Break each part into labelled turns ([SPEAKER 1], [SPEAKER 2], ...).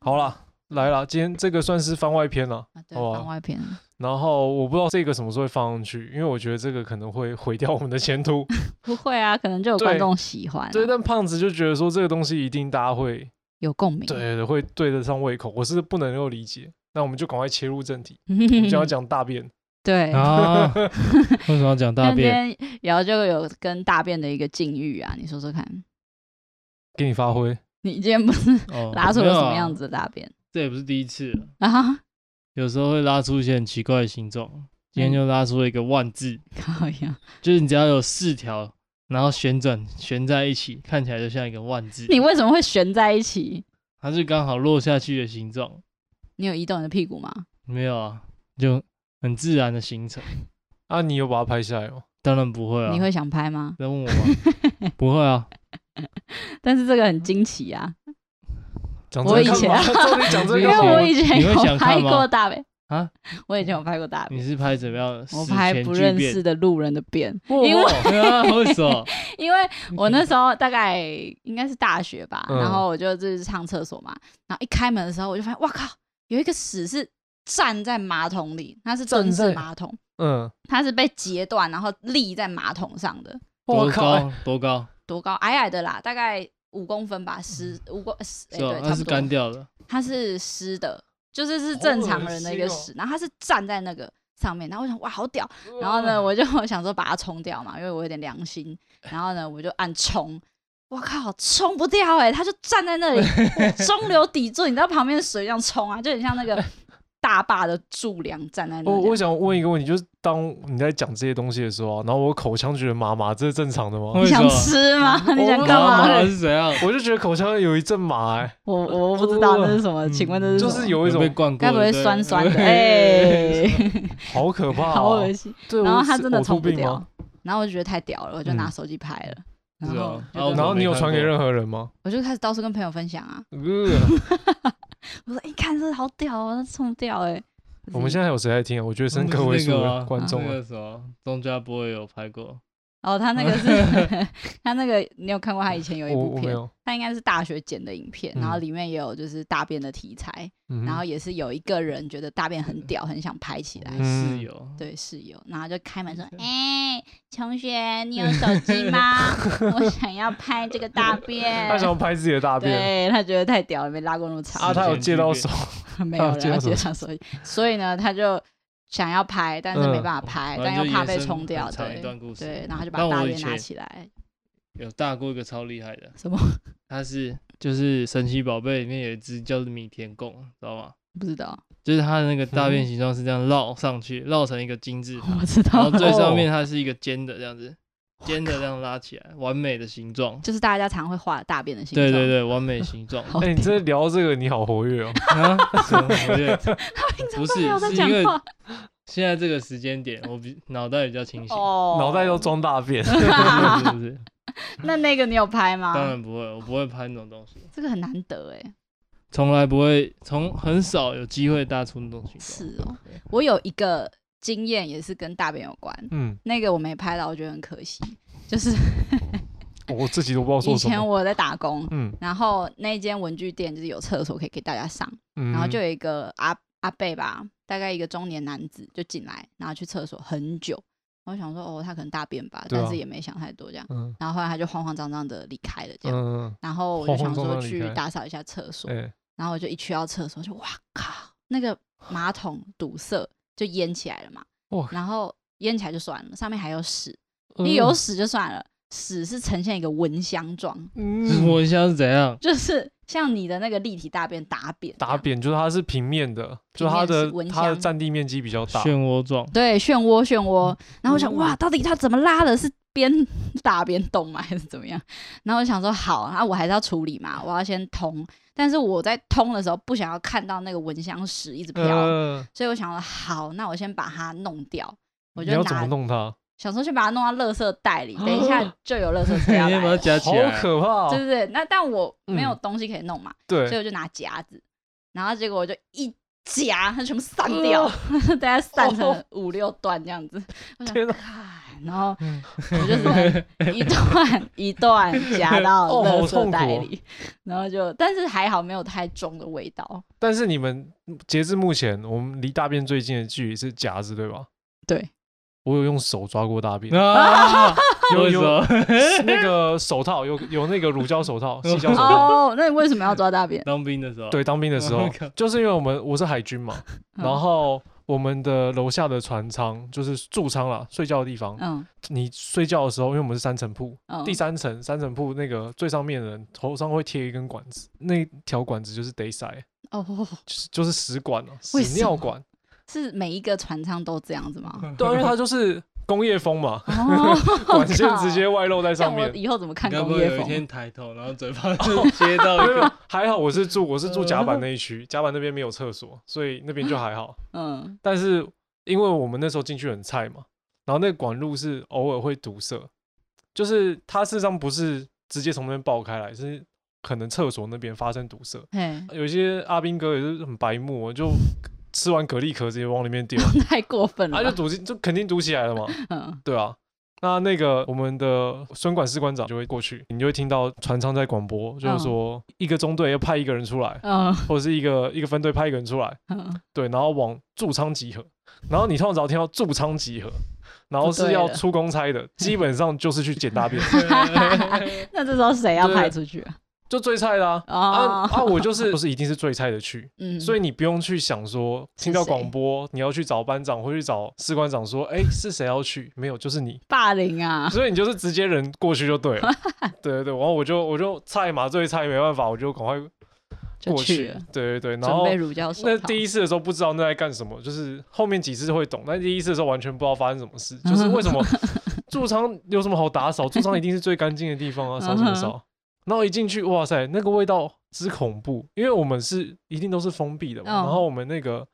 [SPEAKER 1] 好啦，来啦，今天这个算是番外篇了。
[SPEAKER 2] 啊，对，
[SPEAKER 1] 好啊
[SPEAKER 2] 番外篇，
[SPEAKER 1] 然后我不知道这个什么时候会放上去，因为我觉得这个可能会毁掉我们的前 途。
[SPEAKER 2] 不会啊，可能就有
[SPEAKER 1] 对
[SPEAKER 2] 观众喜欢啊、
[SPEAKER 1] 对，但胖子就觉得说这个东西一定大家
[SPEAKER 2] 嗯
[SPEAKER 1] 会
[SPEAKER 2] 有共鸣。
[SPEAKER 1] 对对会对得上胃口，我是不能够理解。那我们就赶快切入正题，
[SPEAKER 2] 嗯
[SPEAKER 1] 我们就要讲大便。
[SPEAKER 2] 对。
[SPEAKER 3] 啊，为什么要讲大
[SPEAKER 2] 那今
[SPEAKER 3] 便？
[SPEAKER 2] 天瑶就有跟大便的一个境遇啊，你说说看，
[SPEAKER 1] 给你发挥，
[SPEAKER 2] 你今天不是
[SPEAKER 3] 哦
[SPEAKER 2] 拉出了什么样？
[SPEAKER 3] 没有啊
[SPEAKER 2] 子的大便
[SPEAKER 3] 这也不是第一次了，
[SPEAKER 2] 啊？
[SPEAKER 3] 有时候会拉出一些很奇怪的形状。今
[SPEAKER 2] 嗯
[SPEAKER 3] 天就拉出了一个万字，
[SPEAKER 2] 靠呀！
[SPEAKER 3] 就是你只要有四条，然后旋转旋在一起，看起来就像一个万字。
[SPEAKER 2] 你为什么会悬在一起？
[SPEAKER 3] 它是刚好落下去的形状，
[SPEAKER 2] 你有移动你的屁股吗？
[SPEAKER 3] 没有啊，就很自然的形成。
[SPEAKER 1] 啊，你有把它拍下来哦吗？
[SPEAKER 3] 当然不会啊，
[SPEAKER 2] 你会想拍吗？
[SPEAKER 3] 在问我吗？ 不会啊，
[SPEAKER 2] 但是这个很惊奇啊，
[SPEAKER 1] 讲
[SPEAKER 2] 我
[SPEAKER 1] 这
[SPEAKER 2] 以
[SPEAKER 1] 个干
[SPEAKER 2] 前
[SPEAKER 1] 嘛？ 到底讲这
[SPEAKER 3] 你
[SPEAKER 1] 个
[SPEAKER 2] 因为
[SPEAKER 3] 有
[SPEAKER 1] 干嘛
[SPEAKER 2] 我
[SPEAKER 3] 想
[SPEAKER 2] 以前
[SPEAKER 3] 你会
[SPEAKER 2] 有
[SPEAKER 3] 想
[SPEAKER 2] 拍
[SPEAKER 3] 看吗
[SPEAKER 2] 过大便
[SPEAKER 3] 啊，
[SPEAKER 2] 我以前有拍过大便，
[SPEAKER 3] 你是拍怎么样？
[SPEAKER 2] 我
[SPEAKER 3] 史
[SPEAKER 2] 拍
[SPEAKER 3] 前
[SPEAKER 2] 不
[SPEAKER 3] 巨
[SPEAKER 2] 认
[SPEAKER 3] 变
[SPEAKER 2] 识的路人的便， 因为
[SPEAKER 3] 对啊，为什么？
[SPEAKER 2] 因为
[SPEAKER 3] 嗯
[SPEAKER 2] 我那时候大概应该是大学吧，
[SPEAKER 1] 嗯
[SPEAKER 2] 然后我就就是上厕所嘛，然后一开门的时候我就发现，哇靠，有一个屎是站在马桶里，它是蹲
[SPEAKER 1] 站
[SPEAKER 2] 式
[SPEAKER 1] 在
[SPEAKER 2] 马桶，
[SPEAKER 1] 嗯，
[SPEAKER 2] 它是被截断然后立在马桶上的，
[SPEAKER 1] 我
[SPEAKER 3] 多
[SPEAKER 1] 靠，
[SPEAKER 3] 高？多高？
[SPEAKER 2] 多高？矮矮的啦，大概五公分吧，十五公十，哎、
[SPEAKER 3] 是哦
[SPEAKER 2] 对，，
[SPEAKER 3] 它
[SPEAKER 2] 差
[SPEAKER 3] 是
[SPEAKER 2] 不
[SPEAKER 3] 干
[SPEAKER 2] 多，
[SPEAKER 3] 掉的。
[SPEAKER 2] 它是湿的，就是是正常人的一个
[SPEAKER 3] 哦
[SPEAKER 1] 好恶
[SPEAKER 2] 屎，然后它是站在那个上面，然后我想哇好屌，然后呢，我就 想说把它冲掉嘛，因为我有点良心。然后呢，我就按冲，我靠，冲不掉哎、欸，它就站在 那里，我中流砥柱，你知道旁边的水这样冲啊，就很像那 个大坝的柱梁站在那
[SPEAKER 1] 我我
[SPEAKER 2] 里。啊
[SPEAKER 1] 想问一个问题，就是当你在讲这些东西的时候啊，然后我口腔觉得麻麻，这是正常的 吗？
[SPEAKER 3] 为
[SPEAKER 2] 你
[SPEAKER 3] 什
[SPEAKER 2] 想
[SPEAKER 3] 么
[SPEAKER 2] 吃吗？ 你想
[SPEAKER 1] 哦我
[SPEAKER 2] 干
[SPEAKER 3] 然后
[SPEAKER 2] 嘛？
[SPEAKER 3] 它是怎样？
[SPEAKER 1] 我就觉得口腔有一阵麻、欸，
[SPEAKER 2] 我我不知道那是什么，呃请问这是什
[SPEAKER 1] 就
[SPEAKER 2] 么？
[SPEAKER 1] 是有一
[SPEAKER 3] 被
[SPEAKER 1] 种
[SPEAKER 2] 嗯
[SPEAKER 3] 灌过，
[SPEAKER 2] 该不 会酸酸的？ 哎
[SPEAKER 3] 对，
[SPEAKER 1] 好可怕、啊
[SPEAKER 2] 好恶心。
[SPEAKER 1] 对，
[SPEAKER 2] 然
[SPEAKER 1] 我
[SPEAKER 2] 后
[SPEAKER 1] 是
[SPEAKER 2] 它真的
[SPEAKER 1] 呕
[SPEAKER 2] 冲
[SPEAKER 1] 吐
[SPEAKER 2] 不
[SPEAKER 1] 病
[SPEAKER 2] 掉
[SPEAKER 1] 吗？，
[SPEAKER 2] 然后我就觉得太屌了，我就拿
[SPEAKER 1] 嗯
[SPEAKER 2] 手机拍了。然
[SPEAKER 3] 是啊
[SPEAKER 2] 后就
[SPEAKER 3] 然后
[SPEAKER 2] 跟
[SPEAKER 1] 哦然
[SPEAKER 3] 我
[SPEAKER 1] 后你有
[SPEAKER 3] 没看
[SPEAKER 1] 传给
[SPEAKER 3] 过
[SPEAKER 1] 任何人吗？
[SPEAKER 2] 我就开始到处跟朋友分享啊，
[SPEAKER 1] 呃
[SPEAKER 2] 我说：“哎、看这好屌哦，它冲掉哎、
[SPEAKER 1] 我们现在还有谁在听啊？我觉得剩
[SPEAKER 3] 那
[SPEAKER 1] 个
[SPEAKER 3] 个
[SPEAKER 1] 位
[SPEAKER 3] 是
[SPEAKER 1] 数
[SPEAKER 3] 那个
[SPEAKER 1] 的
[SPEAKER 3] 啊
[SPEAKER 1] 观众
[SPEAKER 3] 那
[SPEAKER 1] 了。
[SPEAKER 3] 个什么，钟家波也有拍过，
[SPEAKER 2] 哦，他那个 是 他那个，你有看过他以前嗯有一
[SPEAKER 1] 我
[SPEAKER 2] 部
[SPEAKER 1] 我没
[SPEAKER 2] 片，
[SPEAKER 1] 有，
[SPEAKER 2] 他应该是大学剪的影片，然后
[SPEAKER 1] 嗯
[SPEAKER 2] 里面也有就是大便的题材，
[SPEAKER 1] 嗯
[SPEAKER 2] 然后
[SPEAKER 1] 哼，
[SPEAKER 2] 也是有一个人觉得大便很屌，很想拍起来。
[SPEAKER 1] 嗯
[SPEAKER 3] 室友。
[SPEAKER 2] 对室友，然后就开门说：“哎、同学，你有手机 吗？我想要拍这个大便。
[SPEAKER 1] 他想要拍自己的大便
[SPEAKER 2] 对他觉得太屌了，没拉过那么长。
[SPEAKER 1] 啊，他有借到手
[SPEAKER 3] 时，
[SPEAKER 2] 没有
[SPEAKER 1] 他
[SPEAKER 3] 啊
[SPEAKER 2] 了，
[SPEAKER 1] 有接
[SPEAKER 2] 要
[SPEAKER 1] 到
[SPEAKER 2] 接
[SPEAKER 1] 手机
[SPEAKER 2] 上手机，所以呢，他就想要拍，但是没办法拍，
[SPEAKER 3] 嗯反
[SPEAKER 2] 但
[SPEAKER 3] 正
[SPEAKER 2] 又
[SPEAKER 3] 就
[SPEAKER 2] 怕
[SPEAKER 3] 延
[SPEAKER 2] 被
[SPEAKER 3] 伸
[SPEAKER 2] 冲
[SPEAKER 3] 很
[SPEAKER 2] 掉，
[SPEAKER 3] 长一
[SPEAKER 2] 对
[SPEAKER 3] 段故事
[SPEAKER 2] 对，然后他就把
[SPEAKER 3] 但我
[SPEAKER 2] 大
[SPEAKER 3] 以
[SPEAKER 2] 便拿
[SPEAKER 3] 前
[SPEAKER 2] 起来，
[SPEAKER 3] 有大过一个超厉害的，
[SPEAKER 2] 什么
[SPEAKER 3] 它是就是神奇宝贝里面有一只叫米田共，知道吗？
[SPEAKER 2] 不知道，
[SPEAKER 3] 就是它的那个大
[SPEAKER 2] 嗯
[SPEAKER 3] 便形状是这样绕上去，绕成一个金 字塔，
[SPEAKER 2] 我知
[SPEAKER 3] 然后
[SPEAKER 2] 道，
[SPEAKER 3] 最上
[SPEAKER 2] 哦
[SPEAKER 3] 面它是一个尖的这样子，尖的这样拉起来，完美的形状。
[SPEAKER 2] 就是大家常会画的大便的形状，
[SPEAKER 3] 对对对，完美 形状。
[SPEAKER 2] 好屌，
[SPEAKER 1] 哎，你这聊到这个你好活跃哦。
[SPEAKER 3] 啊， 什么我觉得不
[SPEAKER 2] 都没有
[SPEAKER 3] 是，
[SPEAKER 2] 在
[SPEAKER 3] 是
[SPEAKER 2] 讲
[SPEAKER 3] 因为
[SPEAKER 2] 话
[SPEAKER 3] 现在这个时间点，我比脑袋比较清醒。
[SPEAKER 2] 哦，
[SPEAKER 1] 脑袋都装大 便，
[SPEAKER 3] 不是不是，
[SPEAKER 2] 那那个你有拍吗？
[SPEAKER 3] 当然不会，我不会拍那种东西，
[SPEAKER 2] 这个很难得哎，
[SPEAKER 3] 从来不会，从很少有机会搭出那种形状。
[SPEAKER 2] 是哦，我有一个经验也是跟大便有关，
[SPEAKER 1] 嗯，
[SPEAKER 2] 那个我没拍到，我觉得很可惜，就是
[SPEAKER 1] 我自己都不知道
[SPEAKER 2] 以
[SPEAKER 1] 说什
[SPEAKER 2] 前
[SPEAKER 1] 么。
[SPEAKER 2] 我在打工，
[SPEAKER 1] 嗯
[SPEAKER 2] 然后那间文具店就是有厕所可以给大家上，
[SPEAKER 1] 嗯，
[SPEAKER 2] 然后就有一个阿阿贝吧，大概一个中年男子就进来，然后去厕所很久。我想说，哦，他可能大便吧，
[SPEAKER 1] 对啊
[SPEAKER 2] 但是也没想太多这样。
[SPEAKER 1] 嗯
[SPEAKER 2] 然后后来他就慌慌张张的离开了，这样。
[SPEAKER 1] 嗯，
[SPEAKER 2] 然后我就想
[SPEAKER 1] 慌慌张
[SPEAKER 2] 说
[SPEAKER 1] 张地离
[SPEAKER 2] 去
[SPEAKER 1] 开
[SPEAKER 2] 打扫一下厕所，
[SPEAKER 1] 哎，
[SPEAKER 2] 然后我就一去到厕所就哇靠，那个马桶堵塞就淹起来了嘛
[SPEAKER 1] 哇，
[SPEAKER 2] 然后淹起来就算了，上面还有屎，你有屎就算了，屎是呈现一个蚊香状，
[SPEAKER 1] 嗯
[SPEAKER 3] 我像是怎样？
[SPEAKER 2] 就是像你的那个立体大便打扁这
[SPEAKER 1] 打
[SPEAKER 2] 样，
[SPEAKER 1] 扁，就是它是平面的，就
[SPEAKER 2] 平
[SPEAKER 1] 它
[SPEAKER 2] 面
[SPEAKER 1] 的
[SPEAKER 2] 是蚊
[SPEAKER 1] 它的
[SPEAKER 2] 香
[SPEAKER 1] 占地面积比较大。
[SPEAKER 3] 漩涡状，
[SPEAKER 2] 对，漩涡，漩涡。然后我想，
[SPEAKER 1] 嗯
[SPEAKER 2] 哇，到底他怎么拉的？是边打边动吗？还是怎么样？然后我想说，好，那、我还是要处理嘛，我要先通。但是我在通的时候，不想要看到那个蚊香屎一直飘，
[SPEAKER 1] 呃，
[SPEAKER 2] 所以我想说，好，那我先把它弄掉。我
[SPEAKER 1] 你
[SPEAKER 2] 就
[SPEAKER 1] 要怎么
[SPEAKER 2] 拿
[SPEAKER 1] 弄它？
[SPEAKER 2] 想说先把它弄到垃圾 袋里，等一下就有垃圾车
[SPEAKER 3] 你
[SPEAKER 2] 要来
[SPEAKER 3] 要把它
[SPEAKER 2] 了，
[SPEAKER 3] 夹起
[SPEAKER 1] 好
[SPEAKER 3] 来？
[SPEAKER 1] 可怕哦！
[SPEAKER 2] 对对对。那但我没有
[SPEAKER 1] 嗯
[SPEAKER 2] 东西可以弄嘛，所以
[SPEAKER 1] 对，
[SPEAKER 2] 我就拿夹子，然后结果我就一
[SPEAKER 1] 啊
[SPEAKER 2] 呃夹，它全部散掉，大家散成五六段这样子。我想
[SPEAKER 1] 哦天哪
[SPEAKER 2] 看然后
[SPEAKER 1] 嗯
[SPEAKER 2] 我就只 能一段一段夹到
[SPEAKER 1] 哦好
[SPEAKER 2] 垃圾袋
[SPEAKER 1] 痛苦哦
[SPEAKER 2] 里，然后就但是还好没有太重的味道，
[SPEAKER 1] 但是你们截至目前，我们离大便最近的距离是夹子，对吧？
[SPEAKER 2] 对，
[SPEAKER 1] 我有用手抓过大便，
[SPEAKER 3] 啊，
[SPEAKER 1] 有
[SPEAKER 3] 为什
[SPEAKER 1] 有
[SPEAKER 3] 么？
[SPEAKER 1] 那个手套，有有那个乳胶手套、细胶手套。
[SPEAKER 2] 哦，那你为什么要抓大便？嗯
[SPEAKER 3] 当兵的时候，
[SPEAKER 1] 对，当兵的时候
[SPEAKER 3] 靠，
[SPEAKER 1] 就是因为我们我是海军嘛，
[SPEAKER 2] 嗯
[SPEAKER 1] 然后我们的楼下的船舱就是住舱啦，睡觉的地方。
[SPEAKER 2] 嗯
[SPEAKER 1] 你睡觉的时候，因为我们是三层铺，
[SPEAKER 2] 嗯，
[SPEAKER 1] 第三层三层铺那个最上面的人头上会贴一根管子，那条管子就是得塞，
[SPEAKER 2] 哦，
[SPEAKER 1] 就是就是屎管啊，屎
[SPEAKER 2] 为什
[SPEAKER 1] 尿
[SPEAKER 2] 么
[SPEAKER 1] 管。
[SPEAKER 2] 是每一个船舱都这样子吗？
[SPEAKER 1] 对啊，因为它就是工业风 嘛，
[SPEAKER 2] 哦，
[SPEAKER 1] 管线
[SPEAKER 2] 靠
[SPEAKER 1] 直接外露在
[SPEAKER 2] 像
[SPEAKER 1] 上
[SPEAKER 2] 哦 我
[SPEAKER 1] 面。
[SPEAKER 2] 以后怎么看
[SPEAKER 3] 你该不
[SPEAKER 2] 工
[SPEAKER 3] 会
[SPEAKER 2] 业
[SPEAKER 3] 有一
[SPEAKER 2] 风？
[SPEAKER 3] 天抬头，然后嘴巴就接到一
[SPEAKER 1] 没有没有
[SPEAKER 3] 个，
[SPEAKER 1] 还好我是住我是住甲 板那一区，甲板那边没有厕所，所以那边就还好。
[SPEAKER 2] 嗯
[SPEAKER 1] 但是因为我们那时候进去很菜嘛，然后那个管路是偶尔会堵塞，就是它事实上不是直接从那边爆开来，是可能厕所那边发生堵塞。
[SPEAKER 2] 嘿，
[SPEAKER 1] 有一些阿兵哥也是很白目哦，就吃完蛤蜊壳直接往里面丢，
[SPEAKER 2] 太过分
[SPEAKER 1] 啊
[SPEAKER 2] 了
[SPEAKER 1] 就
[SPEAKER 2] 吧。
[SPEAKER 1] 堵进就肯定堵起来了嘛，
[SPEAKER 2] 嗯，
[SPEAKER 1] 对啊。那那个我们的孙管士官长就会过去，你就会听到船舱在广播，就是说一个中队要派一个人出来，
[SPEAKER 2] 嗯
[SPEAKER 1] 或者是一个一个分队派一个人出来，
[SPEAKER 2] 嗯，
[SPEAKER 1] 对，然后往驻仓集合，然后你通常只要听到驻仓集合，然后
[SPEAKER 2] 不
[SPEAKER 1] 是
[SPEAKER 2] 对
[SPEAKER 1] 要
[SPEAKER 2] 了
[SPEAKER 1] 出公差的，基本上就是去捡大 便，
[SPEAKER 2] 那这时候谁要
[SPEAKER 1] 对
[SPEAKER 2] 派出去啊？
[SPEAKER 1] 就最菜的啊。啊
[SPEAKER 2] 哦，
[SPEAKER 1] 啊！我就是不是一定是最菜的去，
[SPEAKER 2] 嗯，
[SPEAKER 1] 所以你不用去想说
[SPEAKER 2] 是
[SPEAKER 1] 听到
[SPEAKER 2] 谁
[SPEAKER 1] 广播你要去找班长或去找士官长说，哎、是谁要去？没有，就是你，
[SPEAKER 2] 霸凌啊，
[SPEAKER 1] 所以你就是直接人过去就对了。对对对，然后我就我就菜嘛，最菜没办法，我就赶快
[SPEAKER 2] 就
[SPEAKER 1] 过
[SPEAKER 2] 去了，
[SPEAKER 1] 对对对，然
[SPEAKER 2] 准
[SPEAKER 1] 后
[SPEAKER 2] 备乳胶手
[SPEAKER 1] 那
[SPEAKER 2] 套。
[SPEAKER 1] 第一次的时候不知道那在干什么，就是后面几次会懂，但第一次的时候完全不知道发生什么事，就是为什 么驻仓有什么好打扫？驻仓一定是最干净的地方啊，扫什么
[SPEAKER 2] 嗯
[SPEAKER 1] 扫？然后一进去，哇塞，那个味道之恐怖，因为我们是一定都是封闭的嘛，
[SPEAKER 2] 嗯
[SPEAKER 1] 然后我们那个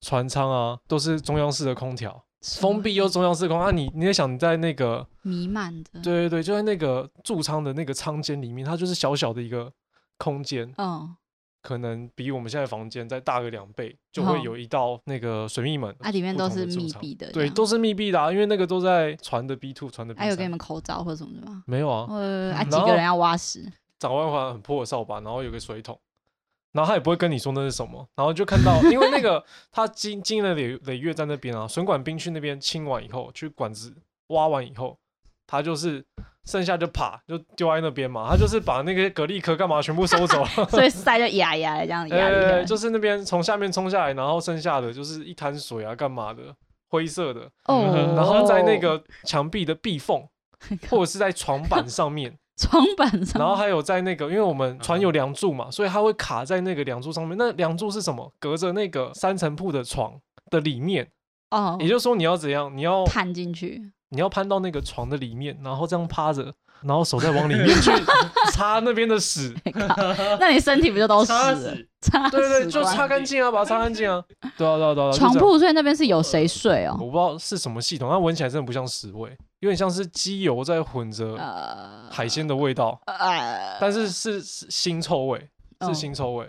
[SPEAKER 1] 船舱啊都是中央式的空调，封闭又中央式空调，啊你你也想在那个
[SPEAKER 2] 弥漫的，，
[SPEAKER 1] 对对对，就在那个驻仓的那个舱间里面，它就是小小的一个空间，
[SPEAKER 2] 嗯，
[SPEAKER 1] 可能比我们现在房间再大个两倍，就会
[SPEAKER 2] 哦
[SPEAKER 1] 有一道那个水密门。
[SPEAKER 2] 啊，里面
[SPEAKER 1] 不
[SPEAKER 2] 都
[SPEAKER 1] 同
[SPEAKER 2] 是
[SPEAKER 1] 的驻
[SPEAKER 2] 密
[SPEAKER 1] 场
[SPEAKER 2] 闭的这
[SPEAKER 1] 对，
[SPEAKER 2] 样，
[SPEAKER 1] 都是密闭的、啊，因为那个都在船的 B two、船的 B
[SPEAKER 2] 哦还有给你
[SPEAKER 1] 三。
[SPEAKER 2] 们口罩或者什么的吗？
[SPEAKER 1] 没有啊，
[SPEAKER 2] 呃，啊，
[SPEAKER 1] 嗯
[SPEAKER 2] 几
[SPEAKER 1] 然后
[SPEAKER 2] 个人要挖屎，
[SPEAKER 1] 长官环很破的扫把，然后有个水桶，然后他也不会跟你说那是什么，然后就看到，因为那个他经经了累累月在那边啊，水管兵去那边清完以后，去管子挖完以后，他就是剩下就啪就丢在那边嘛，他就是把那个蛤蜊壳干嘛全部收走了，
[SPEAKER 2] 所以塞就压压的 这样压
[SPEAKER 1] 呃，
[SPEAKER 2] 压，
[SPEAKER 1] 就是那边从下面冲下来，然后剩下的就是一滩水啊，干嘛的，灰色的，
[SPEAKER 2] 哦，
[SPEAKER 1] 然后在那个墙壁的壁缝，或者是在床板上面，
[SPEAKER 2] 床板上，
[SPEAKER 1] 然后还有在那个，因为我们船有梁柱嘛，所以它会卡在那个梁柱上面。那梁柱是什么？隔着那个三层铺的床的里面，
[SPEAKER 2] 哦
[SPEAKER 1] 也，就是说你要怎样？你要
[SPEAKER 2] 探进去，
[SPEAKER 1] 你要攀到那个床的里面，然后这样趴着，然后手再往里面去擦那边的 屎。
[SPEAKER 2] 那你 身体不就都
[SPEAKER 3] 插
[SPEAKER 2] 了？
[SPEAKER 3] 死，
[SPEAKER 2] 擦
[SPEAKER 1] 哦对对，
[SPEAKER 2] 屎
[SPEAKER 1] 就
[SPEAKER 2] 官
[SPEAKER 1] 擦干净啊，把它擦干净 啊。对啊对啊对啊，就这
[SPEAKER 2] 床
[SPEAKER 1] 样呃
[SPEAKER 2] 铺，所以那边是有谁睡哦？
[SPEAKER 1] 我不知道是什么系统，它闻起来真的不像屎味，有点像是机油在混着
[SPEAKER 2] 呃，
[SPEAKER 1] 海鲜的味道，
[SPEAKER 2] 呃，
[SPEAKER 1] 但是是是腥臭味，是
[SPEAKER 2] 哦
[SPEAKER 1] 腥臭味。